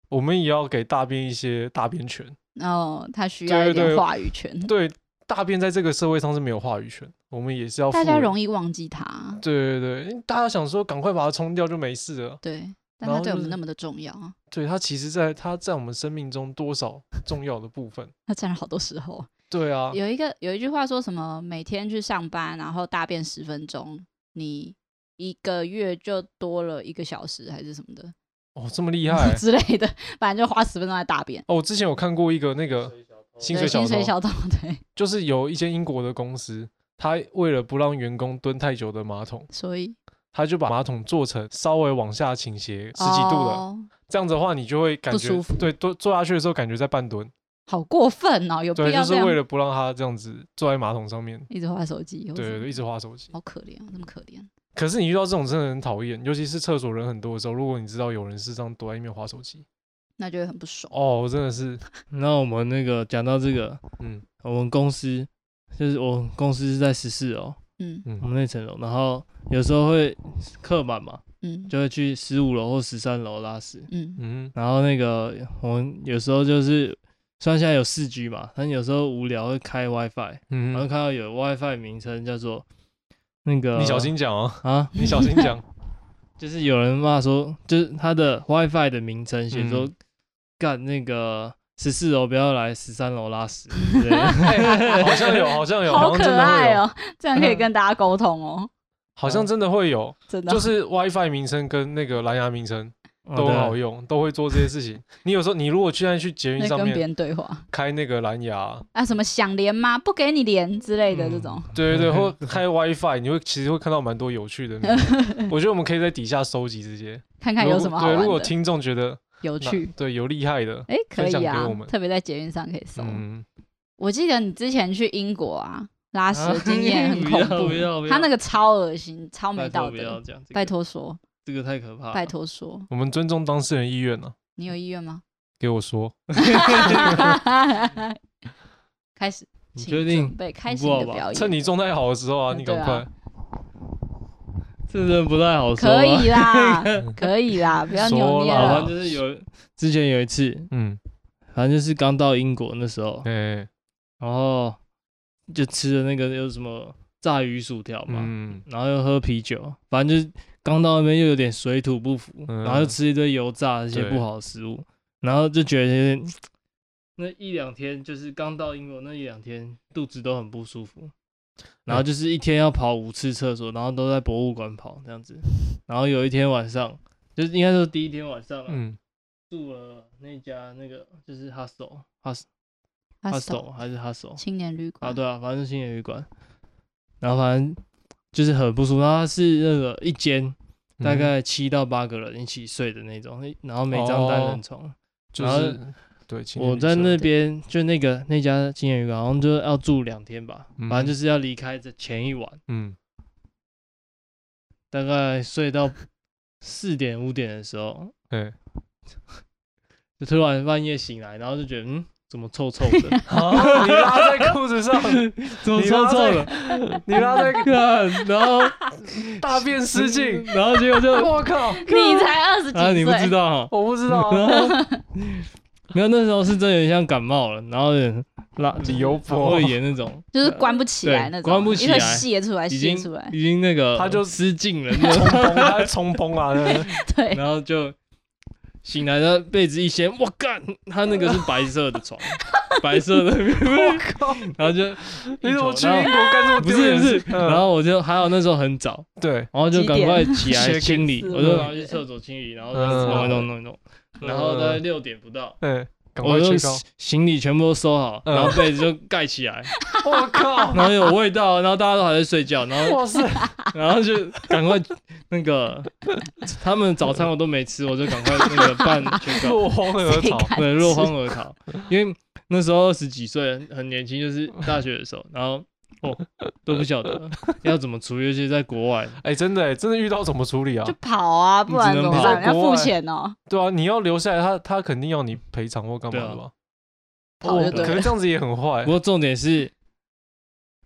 [SPEAKER 1] 我们也要给大便一些大便权。
[SPEAKER 2] 哦，他需要一
[SPEAKER 1] 对对哦
[SPEAKER 2] 点话语权，
[SPEAKER 1] 对，大便在这个社会上是没有话语权，我们也是要
[SPEAKER 2] 大家
[SPEAKER 1] 易。
[SPEAKER 2] 容易忘记他。
[SPEAKER 1] 对对对，大家想说赶快把它冲掉就没事了。
[SPEAKER 2] 对，但
[SPEAKER 1] 然
[SPEAKER 2] 他
[SPEAKER 1] 后
[SPEAKER 2] 对
[SPEAKER 1] 就
[SPEAKER 2] 我们
[SPEAKER 1] 是
[SPEAKER 2] 那么的重要啊，
[SPEAKER 1] 对，它其实在它在我们生命中多少重要的部分。
[SPEAKER 2] 他占了好多时候。
[SPEAKER 1] 对啊，
[SPEAKER 2] 有一个有一句话说什么？每天去上班，然后大便十分钟，你一个月就多了一个小时还是什么的？
[SPEAKER 1] 哦，这么厉害。
[SPEAKER 2] 之类的，反正就花十分钟在大便。
[SPEAKER 1] 哦，我之前有看过一个那个薪水
[SPEAKER 2] 对，
[SPEAKER 1] 小
[SPEAKER 2] 薪水
[SPEAKER 1] 偷，
[SPEAKER 2] 小偷，对，
[SPEAKER 1] 就是有一间英国的公司，他为了不让员工蹲太久的马桶，
[SPEAKER 2] 所以
[SPEAKER 1] 他就把马桶做成稍微往下倾斜十几度的，
[SPEAKER 2] 哦
[SPEAKER 1] 这样子的话你就会感
[SPEAKER 2] 不
[SPEAKER 1] 觉
[SPEAKER 2] 舒服
[SPEAKER 1] 对，坐坐下去的时候感觉在半蹲，
[SPEAKER 2] 好过分哦，有必
[SPEAKER 1] 对，就
[SPEAKER 2] 要
[SPEAKER 1] 是
[SPEAKER 2] 这样
[SPEAKER 1] 为了不让他这样子坐在马桶上面，
[SPEAKER 2] 一直划手机，或
[SPEAKER 1] 对
[SPEAKER 2] 者
[SPEAKER 1] 对对，一直划手机。
[SPEAKER 2] 好可怜，哦这么可怜。
[SPEAKER 1] 可是你遇到这种真的很讨厌，尤其是厕所人很多的时候，如果你知道有人是这样躲在一面划手机，
[SPEAKER 2] 那就会很不爽。
[SPEAKER 1] 哦，我真的是，
[SPEAKER 3] 那我们那个讲到这个，
[SPEAKER 1] 嗯
[SPEAKER 3] 我们公司就是我们公司是在十四楼，
[SPEAKER 2] 嗯
[SPEAKER 3] 我
[SPEAKER 1] 嗯
[SPEAKER 3] 们那层楼，然后有时候会客满嘛，
[SPEAKER 2] 嗯
[SPEAKER 3] 就会去十五楼或十三楼拉屎。
[SPEAKER 2] 嗯
[SPEAKER 1] 嗯
[SPEAKER 3] 然后那个我们有时候就是，虽然现在有四 G 嘛，但有时候无聊会开 WiFi，然后
[SPEAKER 1] 嗯
[SPEAKER 3] 看到有 WiFi 名称叫做那个，
[SPEAKER 1] 嗯，你小心讲哦，
[SPEAKER 3] 啊，
[SPEAKER 1] 你小 心讲，
[SPEAKER 3] 就是有人骂说，就是他的 WiFi 的名称写说
[SPEAKER 1] 嗯，
[SPEAKER 3] 干那个十四楼不要来十三楼拉屎之 类的，
[SPEAKER 1] 哎好像有，好像有，好
[SPEAKER 2] 好
[SPEAKER 1] 像
[SPEAKER 2] 可
[SPEAKER 1] 真的会
[SPEAKER 2] 爱
[SPEAKER 1] 有，
[SPEAKER 2] 哦，这样可以跟大家沟通哦，
[SPEAKER 1] 好像真的会有，
[SPEAKER 2] 真的哦
[SPEAKER 1] 就。是 WiFi 名称跟那个蓝牙名称
[SPEAKER 3] 哦
[SPEAKER 1] 都
[SPEAKER 3] 对
[SPEAKER 1] 很
[SPEAKER 3] 啊
[SPEAKER 1] 好用，都会做这些事情。你有时候你如果现在去捷运
[SPEAKER 2] 在
[SPEAKER 1] 上
[SPEAKER 2] 跟别
[SPEAKER 1] 面
[SPEAKER 2] 人对话
[SPEAKER 1] 开那个蓝牙，
[SPEAKER 2] 啊，什么想连吗？不给你连之类的
[SPEAKER 1] 嗯
[SPEAKER 2] 这种，
[SPEAKER 1] 对对对， 或开 WiFi，你会其实会看到蛮多有趣 的名字。 我觉得我们可以在底下收集这些，
[SPEAKER 2] 嗯看看
[SPEAKER 1] 如
[SPEAKER 2] 有
[SPEAKER 1] 果
[SPEAKER 2] 什么好
[SPEAKER 1] 对，如果
[SPEAKER 2] 玩的、
[SPEAKER 1] 听众觉得
[SPEAKER 2] 有
[SPEAKER 1] 那
[SPEAKER 2] 趣。
[SPEAKER 1] 对有厉害的，
[SPEAKER 2] 哎，可
[SPEAKER 1] 分享
[SPEAKER 2] 以
[SPEAKER 1] 给
[SPEAKER 2] 啊
[SPEAKER 1] 我们，
[SPEAKER 2] 特别在捷运上可以搜。
[SPEAKER 1] 嗯，
[SPEAKER 2] 我记得你之前去英国啊，拉屎的经验 很
[SPEAKER 3] 不
[SPEAKER 2] 恐
[SPEAKER 3] 要
[SPEAKER 2] 怖
[SPEAKER 3] 不要不，要
[SPEAKER 2] 他那个超恶心，超没
[SPEAKER 3] 拜
[SPEAKER 2] 道
[SPEAKER 3] 托不要
[SPEAKER 2] 德。
[SPEAKER 3] 这样，这
[SPEAKER 2] 嗯
[SPEAKER 3] 个
[SPEAKER 2] 拜，托说，
[SPEAKER 3] 这个太可怕了，
[SPEAKER 2] 拜托说，
[SPEAKER 1] 我们尊重当事人意愿呢、
[SPEAKER 2] 你有意愿 吗？
[SPEAKER 1] 给我说，
[SPEAKER 2] 开始，
[SPEAKER 3] 你
[SPEAKER 2] 请
[SPEAKER 3] 确定
[SPEAKER 2] 准备开始
[SPEAKER 3] 不
[SPEAKER 2] 你
[SPEAKER 3] 好
[SPEAKER 2] 的
[SPEAKER 3] 吧
[SPEAKER 2] 表 演。
[SPEAKER 1] 趁你状态好的时候啊，
[SPEAKER 2] 嗯
[SPEAKER 1] 你
[SPEAKER 2] 对
[SPEAKER 1] 赶快。
[SPEAKER 2] 啊
[SPEAKER 3] 这真的不太好说啊，
[SPEAKER 2] 可以啊啦，
[SPEAKER 3] 啊
[SPEAKER 2] 可以啦，不要扭捏
[SPEAKER 1] 说
[SPEAKER 3] 好
[SPEAKER 1] 啦
[SPEAKER 3] 吧，
[SPEAKER 2] 了。
[SPEAKER 3] 就是有之前有一次，
[SPEAKER 1] 嗯，
[SPEAKER 3] 反正就是刚到英国那时候，
[SPEAKER 1] 哎、
[SPEAKER 3] 然后就吃了那个有什么炸鱼薯条嘛，
[SPEAKER 1] 嗯，
[SPEAKER 3] 然后又喝啤酒，反正就是刚到那边又有点水土不服，
[SPEAKER 1] 嗯
[SPEAKER 3] 然后又吃一堆油炸的一些
[SPEAKER 1] 对
[SPEAKER 3] 不好的食物，然后就觉得有点那一两天就是刚到英国那一两天肚子都很不舒服，然
[SPEAKER 1] 哎
[SPEAKER 3] 后就是一天要跑五次厕所，然后都在博物馆跑这样子，然后有一天晚上就是应该说第一天晚上啊、
[SPEAKER 1] 嗯，
[SPEAKER 3] 住了那家那个就是哈手哈
[SPEAKER 2] 他
[SPEAKER 3] 哈
[SPEAKER 2] 手
[SPEAKER 3] 手还是哈手
[SPEAKER 2] 青年旅
[SPEAKER 3] 啊，
[SPEAKER 2] 馆，
[SPEAKER 3] 对啊，反正是青年旅馆，然后反正就是很不舒服。然后它是那个一间大
[SPEAKER 1] 嗯
[SPEAKER 3] 概七到八个人一起睡的那种，然后每张单人床。
[SPEAKER 1] 就
[SPEAKER 3] 然后
[SPEAKER 1] 是对，青年
[SPEAKER 3] 我
[SPEAKER 1] 哦旅
[SPEAKER 3] 在
[SPEAKER 1] 社
[SPEAKER 3] 那边就那个那家青年旅馆，好像就要住两天吧，
[SPEAKER 1] 嗯
[SPEAKER 3] 反正就是要离开的前一晚，
[SPEAKER 1] 嗯
[SPEAKER 3] 大概睡到四点五点的时候，
[SPEAKER 1] 哎，，
[SPEAKER 3] 就突然半夜醒来，然后就觉得嗯，怎么臭臭的
[SPEAKER 1] 啊，你拉在裤子上，
[SPEAKER 3] 怎么
[SPEAKER 1] 你
[SPEAKER 3] 臭
[SPEAKER 1] 拉
[SPEAKER 3] 臭
[SPEAKER 1] 在
[SPEAKER 3] 的，
[SPEAKER 1] 你拉 在
[SPEAKER 3] 看，然后 嗯
[SPEAKER 1] 大便失禁，
[SPEAKER 3] 然后结 果就
[SPEAKER 1] 我靠，
[SPEAKER 2] 你才二十几
[SPEAKER 3] 啊，你不知
[SPEAKER 2] 岁，
[SPEAKER 3] 道哈。
[SPEAKER 1] 我不知道啊、
[SPEAKER 3] 然后没有，那时候是真的有点像感冒了，然后有点 拉
[SPEAKER 1] 理由
[SPEAKER 3] 肠
[SPEAKER 1] 啊婆
[SPEAKER 3] 胃，炎那种，
[SPEAKER 2] 就是关不起来
[SPEAKER 3] 对
[SPEAKER 2] 那种，
[SPEAKER 3] 关不起来
[SPEAKER 2] 一个泄出来，
[SPEAKER 3] 已
[SPEAKER 2] 泄
[SPEAKER 3] 经
[SPEAKER 2] 出来，
[SPEAKER 3] 已经那个
[SPEAKER 1] 他就
[SPEAKER 3] 失禁了，
[SPEAKER 1] 冲崩，他在冲崩 啊， 那个
[SPEAKER 2] 对，
[SPEAKER 3] 然后就醒来的被子一掀，我干，他那个是白色 的床，白色的，
[SPEAKER 1] 我靠，
[SPEAKER 3] 然后就
[SPEAKER 1] 你
[SPEAKER 3] 一
[SPEAKER 1] 怎么
[SPEAKER 3] 头
[SPEAKER 1] 去英
[SPEAKER 3] 然后
[SPEAKER 1] 国干这么
[SPEAKER 3] 不
[SPEAKER 1] 丢
[SPEAKER 3] 是
[SPEAKER 1] 脸
[SPEAKER 3] 不
[SPEAKER 1] 的事
[SPEAKER 3] 是，
[SPEAKER 1] 嗯
[SPEAKER 3] 然后我就还有那时候很早，
[SPEAKER 1] 对，
[SPEAKER 3] 然后就
[SPEAKER 2] 几
[SPEAKER 3] 赶
[SPEAKER 2] 点
[SPEAKER 3] 快起
[SPEAKER 1] Shaking
[SPEAKER 3] 来清理，
[SPEAKER 2] 死
[SPEAKER 3] 我就
[SPEAKER 2] 了
[SPEAKER 3] 然后去厕所清理，然后
[SPEAKER 1] 嗯
[SPEAKER 3] 弄一弄弄一弄，然后大概六点不到，
[SPEAKER 1] 哎，赶
[SPEAKER 3] 我
[SPEAKER 1] 快
[SPEAKER 3] 就
[SPEAKER 1] 去
[SPEAKER 3] 行行李全部都收好，
[SPEAKER 1] 嗯
[SPEAKER 3] 然后被子就盖起来，
[SPEAKER 1] 搞，我靠，
[SPEAKER 3] 然后有味道，然后大家都还在睡觉，然后
[SPEAKER 1] 哇塞，
[SPEAKER 3] 然后就赶快那个，他们早餐我都没吃，我就赶快那个办全 稿，
[SPEAKER 1] 落荒 而
[SPEAKER 2] 谁
[SPEAKER 1] 逃，
[SPEAKER 2] 敢
[SPEAKER 3] 对，
[SPEAKER 2] 吃
[SPEAKER 3] 落荒而逃，因为那时候二十几岁，很很年轻，就是大学的时候，然后哦都不晓得要怎么处理，尤其在国外，
[SPEAKER 1] 哎，真的哎，真的遇到怎么处理啊
[SPEAKER 2] 就？跑啊，不然怎
[SPEAKER 3] 你只能
[SPEAKER 2] 么
[SPEAKER 1] 跑
[SPEAKER 2] 办？要
[SPEAKER 1] 你在国
[SPEAKER 2] 付
[SPEAKER 1] 外
[SPEAKER 2] 钱哦，
[SPEAKER 1] 对啊，你要留下来，他他肯定要你赔偿或干嘛的吧？
[SPEAKER 2] 跑
[SPEAKER 3] 啊
[SPEAKER 2] 就
[SPEAKER 1] 可
[SPEAKER 2] 对
[SPEAKER 1] 是
[SPEAKER 2] 了，
[SPEAKER 1] 这样子也很坏
[SPEAKER 3] 不，过重点是。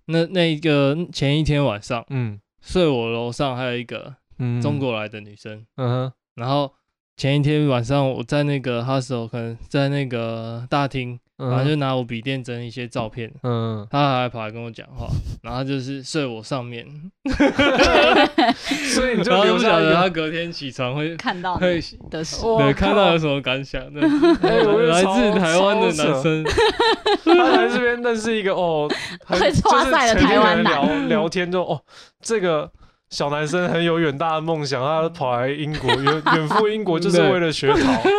[SPEAKER 3] 那那一个前一天晚上
[SPEAKER 1] 嗯
[SPEAKER 3] 睡我楼上还有一个
[SPEAKER 1] 嗯，
[SPEAKER 3] 中，国来的女生，
[SPEAKER 1] 嗯哼，
[SPEAKER 3] 然后前一天晚上我在那个 hostel，可能在那个大厅，
[SPEAKER 1] 嗯
[SPEAKER 3] 然后就拿我笔电整理一些照片，
[SPEAKER 1] 嗯，
[SPEAKER 3] 他还跑来跟我讲话，然后他就是睡我上面，
[SPEAKER 1] 所 以你就
[SPEAKER 3] 然后
[SPEAKER 1] 留
[SPEAKER 3] 不
[SPEAKER 1] 下
[SPEAKER 3] 晓
[SPEAKER 1] 一
[SPEAKER 3] 得
[SPEAKER 1] 个
[SPEAKER 3] 他隔天起床 会
[SPEAKER 2] 看到
[SPEAKER 3] 会
[SPEAKER 2] 你的事，
[SPEAKER 1] 我
[SPEAKER 3] 对看
[SPEAKER 1] 靠
[SPEAKER 3] 到有什么感 想？对
[SPEAKER 1] 哎我觉得
[SPEAKER 3] 来
[SPEAKER 1] 超
[SPEAKER 3] 自台湾的
[SPEAKER 1] 超扯
[SPEAKER 3] 男生，
[SPEAKER 1] 他来这 边认识一个哦，很
[SPEAKER 2] 会
[SPEAKER 1] 就是
[SPEAKER 2] 抓塞的
[SPEAKER 1] 前面
[SPEAKER 2] 台湾
[SPEAKER 1] 有人
[SPEAKER 2] 男
[SPEAKER 1] 聊聊天就哦，这个小男生很有远大的梦想，他跑来英国远远赴英国就是为了 学陶，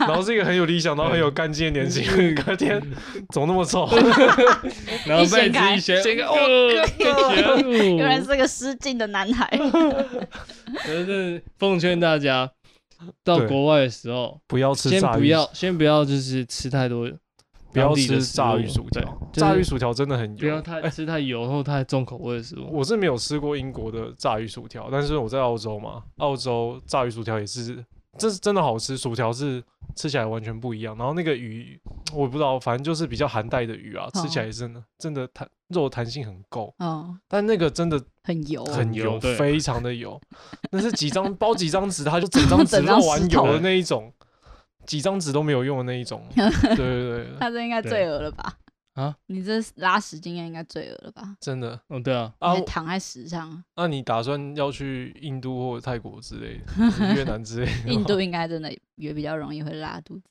[SPEAKER 1] 然后是一个很有理想然后很有干劲的年轻人，隔天怎么那么臭？
[SPEAKER 3] 然后
[SPEAKER 2] 掀
[SPEAKER 3] 被自
[SPEAKER 2] 开
[SPEAKER 3] 己学，
[SPEAKER 1] 掀开
[SPEAKER 3] 哦，
[SPEAKER 2] 原来
[SPEAKER 3] 原
[SPEAKER 2] 是个失禁的男孩，
[SPEAKER 3] 可是奉劝大家，到
[SPEAKER 1] 对
[SPEAKER 3] 国外的时候，
[SPEAKER 1] 不要吃
[SPEAKER 3] 先
[SPEAKER 1] 炸
[SPEAKER 3] 不
[SPEAKER 1] 鱼，
[SPEAKER 3] 要，先不要就是吃太多
[SPEAKER 1] 不要
[SPEAKER 3] 当地的
[SPEAKER 1] 吃
[SPEAKER 3] 食
[SPEAKER 1] 炸
[SPEAKER 3] 物
[SPEAKER 1] 鱼薯条
[SPEAKER 3] 对，就是
[SPEAKER 1] 炸鱼薯条真的很
[SPEAKER 3] 不要
[SPEAKER 1] 油。哎
[SPEAKER 3] 太吃太油或太重口味的食物。
[SPEAKER 1] 我是没有吃过英国的炸鱼薯条，但是我在澳洲嘛，澳洲炸鱼薯条也是，这是真的好吃，薯条是吃起来完全不一样。然后那个鱼，我也不知道，反正就是比较含带的鱼啊，吃起来真的真的弹肉弹性很够，
[SPEAKER 2] 哦，
[SPEAKER 1] 但那个真的
[SPEAKER 2] 很油，
[SPEAKER 1] 很
[SPEAKER 3] 油
[SPEAKER 1] 油，
[SPEAKER 3] 对
[SPEAKER 1] 非常的 油，那是几张包几张纸，它就整张纸
[SPEAKER 2] 整张
[SPEAKER 1] 弄完
[SPEAKER 2] 石
[SPEAKER 1] 油
[SPEAKER 3] 头
[SPEAKER 1] 的那一种，几张纸都没有用的那一 种。对对对，
[SPEAKER 2] 他这应该罪恶了吧？
[SPEAKER 3] 啊，
[SPEAKER 2] 你这拉屎经验应该罪恶了吧？
[SPEAKER 1] 真的
[SPEAKER 3] 哦，对啊，
[SPEAKER 1] 啊
[SPEAKER 2] 还，躺在屎上，
[SPEAKER 1] 那你打算要去印度或泰国之类 的，越南之类的吗？
[SPEAKER 2] 印度
[SPEAKER 3] 啊
[SPEAKER 2] 应该真的也比较容易会拉肚子，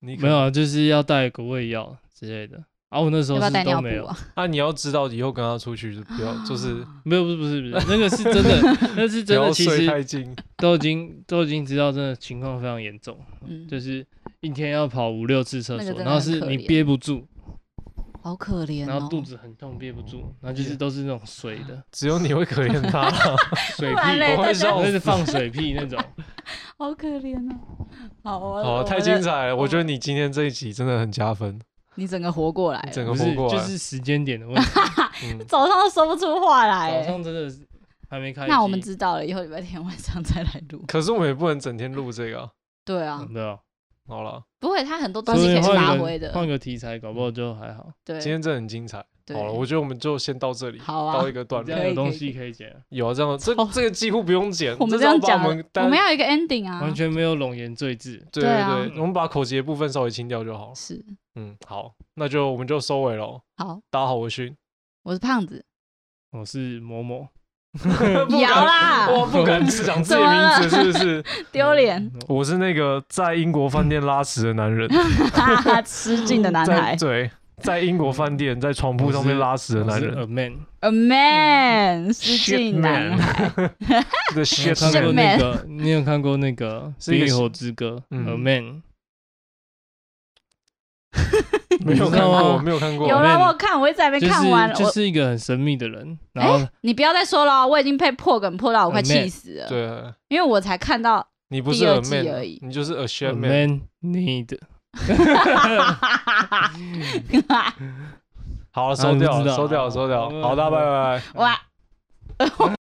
[SPEAKER 1] 你可
[SPEAKER 3] 没有啊，就是要带个胃药之类的。啊，我那时
[SPEAKER 2] 要
[SPEAKER 3] 候
[SPEAKER 2] 不要
[SPEAKER 3] 是
[SPEAKER 2] 带
[SPEAKER 3] 都
[SPEAKER 2] 尿
[SPEAKER 3] 没有
[SPEAKER 2] 布，啊？
[SPEAKER 1] 啊，你要知道以后跟他出去就不要，就是
[SPEAKER 3] 没有，不是不是不是，那个是 真的，那是
[SPEAKER 1] 不
[SPEAKER 3] 真
[SPEAKER 1] 要
[SPEAKER 3] 的，其
[SPEAKER 1] 睡
[SPEAKER 3] 实
[SPEAKER 1] 太近。
[SPEAKER 3] 都已经都已经知道，真的情况非常严重，
[SPEAKER 2] 嗯，
[SPEAKER 3] 就是一天要跑五六次厕
[SPEAKER 2] 那个
[SPEAKER 3] 所，
[SPEAKER 2] 真的
[SPEAKER 3] 然后
[SPEAKER 2] 很
[SPEAKER 3] 是
[SPEAKER 2] 可
[SPEAKER 3] 你
[SPEAKER 2] 怜
[SPEAKER 3] 憋不住，
[SPEAKER 2] 好可怜
[SPEAKER 3] 然
[SPEAKER 2] 哦
[SPEAKER 3] 后，肚子很痛憋不住，然后就是都是那种水 的
[SPEAKER 1] 只有你会可怜他，
[SPEAKER 3] 水屁，
[SPEAKER 2] 然嘞
[SPEAKER 1] 我会
[SPEAKER 2] 大家
[SPEAKER 1] 笑
[SPEAKER 3] 那
[SPEAKER 1] 死。
[SPEAKER 3] 是放水屁那种。
[SPEAKER 2] 好可怜哦。好啊，
[SPEAKER 1] 好，
[SPEAKER 2] 我
[SPEAKER 1] 太
[SPEAKER 2] 的
[SPEAKER 1] 精，彩了！我觉得你今天这一集真的很加分，
[SPEAKER 2] 你整个活过来了，
[SPEAKER 1] 整个啊
[SPEAKER 3] 不
[SPEAKER 1] 活
[SPEAKER 3] 是，
[SPEAKER 1] 过
[SPEAKER 3] 就
[SPEAKER 1] 来。
[SPEAKER 3] 是时间点的问题。
[SPEAKER 1] 嗯，
[SPEAKER 2] 早上都说不出话来
[SPEAKER 3] 早
[SPEAKER 2] 欸。
[SPEAKER 3] 上真的是还没开机。
[SPEAKER 2] 那我们知道了，以后礼拜天晚上再来录。
[SPEAKER 1] 可是我们也不能整天录这个啊。
[SPEAKER 2] 对啊，
[SPEAKER 3] 嗯对啊，
[SPEAKER 1] 好了，
[SPEAKER 2] 不会，他很多东
[SPEAKER 3] 说不
[SPEAKER 2] 西可
[SPEAKER 3] 定
[SPEAKER 2] 以
[SPEAKER 3] 换
[SPEAKER 2] 发
[SPEAKER 3] 一个
[SPEAKER 2] 挥的。
[SPEAKER 3] 换个题材，搞不好就还好。
[SPEAKER 2] 对，
[SPEAKER 1] 今天真的很精彩。
[SPEAKER 2] 对
[SPEAKER 1] 好了，我觉得我们就先到这里，
[SPEAKER 2] 好啊
[SPEAKER 1] 到一个段
[SPEAKER 3] 这
[SPEAKER 1] 落
[SPEAKER 2] 可
[SPEAKER 3] 样。
[SPEAKER 2] 以
[SPEAKER 3] 有东
[SPEAKER 2] 可以
[SPEAKER 3] 西可以剪，
[SPEAKER 1] 有啊，这样这
[SPEAKER 2] 超
[SPEAKER 1] 这个几乎不用剪，
[SPEAKER 2] 我们
[SPEAKER 1] 这
[SPEAKER 2] 这样
[SPEAKER 1] 只要把
[SPEAKER 2] 讲
[SPEAKER 1] 我
[SPEAKER 2] 了，
[SPEAKER 1] 们
[SPEAKER 2] 我
[SPEAKER 1] 单
[SPEAKER 2] 们要有一个 ending 啊
[SPEAKER 3] 完。全没有冗言赘字。
[SPEAKER 1] 对
[SPEAKER 2] 对啊
[SPEAKER 1] 对，我们把口诀部分稍微清掉就好了。
[SPEAKER 2] 是，
[SPEAKER 1] 嗯，好，那就我们就收尾喽。
[SPEAKER 2] 好，
[SPEAKER 1] 大家好，我是勋，
[SPEAKER 2] 我是胖子，
[SPEAKER 3] 我是某某，
[SPEAKER 1] 不
[SPEAKER 2] 摇
[SPEAKER 1] 敢
[SPEAKER 2] 啦，
[SPEAKER 1] 我不敢讲自己名字，是不是？
[SPEAKER 2] 丢 脸，
[SPEAKER 3] 嗯。
[SPEAKER 1] 我是那个在英国饭店拉屎的男 人，
[SPEAKER 2] 哈哈，吃惊的男
[SPEAKER 1] 在
[SPEAKER 2] 孩嗯
[SPEAKER 1] 对，在英国饭店在床铺上面拉屎的
[SPEAKER 3] 我
[SPEAKER 1] 男
[SPEAKER 3] 是
[SPEAKER 1] 人
[SPEAKER 3] a man，
[SPEAKER 2] ，a man，失呃
[SPEAKER 1] Shit
[SPEAKER 2] 禁男
[SPEAKER 1] man
[SPEAKER 2] 孩，
[SPEAKER 1] ，the
[SPEAKER 3] 你有
[SPEAKER 1] shit
[SPEAKER 3] 看过
[SPEAKER 1] man。
[SPEAKER 3] 那个？你有看过那个《
[SPEAKER 1] 是一
[SPEAKER 3] 冰
[SPEAKER 1] 个
[SPEAKER 3] 与火之歌》
[SPEAKER 1] 嗯
[SPEAKER 3] a man，
[SPEAKER 1] 没有
[SPEAKER 3] 你知
[SPEAKER 1] 看
[SPEAKER 3] 道吗
[SPEAKER 1] 过，没有看过。
[SPEAKER 2] 有了，
[SPEAKER 3] 啦 man
[SPEAKER 2] 我有看，我一直在那
[SPEAKER 3] 就
[SPEAKER 2] 边看完，
[SPEAKER 3] 是就
[SPEAKER 2] 我
[SPEAKER 3] 是一个很神秘的人，然后
[SPEAKER 2] 你不要再说了哦，我已经被破梗破到我快
[SPEAKER 3] a man
[SPEAKER 2] 气死了，
[SPEAKER 1] 对，
[SPEAKER 2] 因为我才看到，
[SPEAKER 1] 你不是
[SPEAKER 2] 第二
[SPEAKER 1] a
[SPEAKER 2] 季
[SPEAKER 1] man，
[SPEAKER 2] 而已
[SPEAKER 1] 你就是 a
[SPEAKER 3] a
[SPEAKER 1] shit man。
[SPEAKER 3] 呃 man need，
[SPEAKER 1] 好了，
[SPEAKER 3] 啊
[SPEAKER 1] 收
[SPEAKER 3] 你不
[SPEAKER 1] 掉了，
[SPEAKER 3] 知道
[SPEAKER 1] 啊收掉了，收掉了。好，大家拜拜。
[SPEAKER 2] 哇。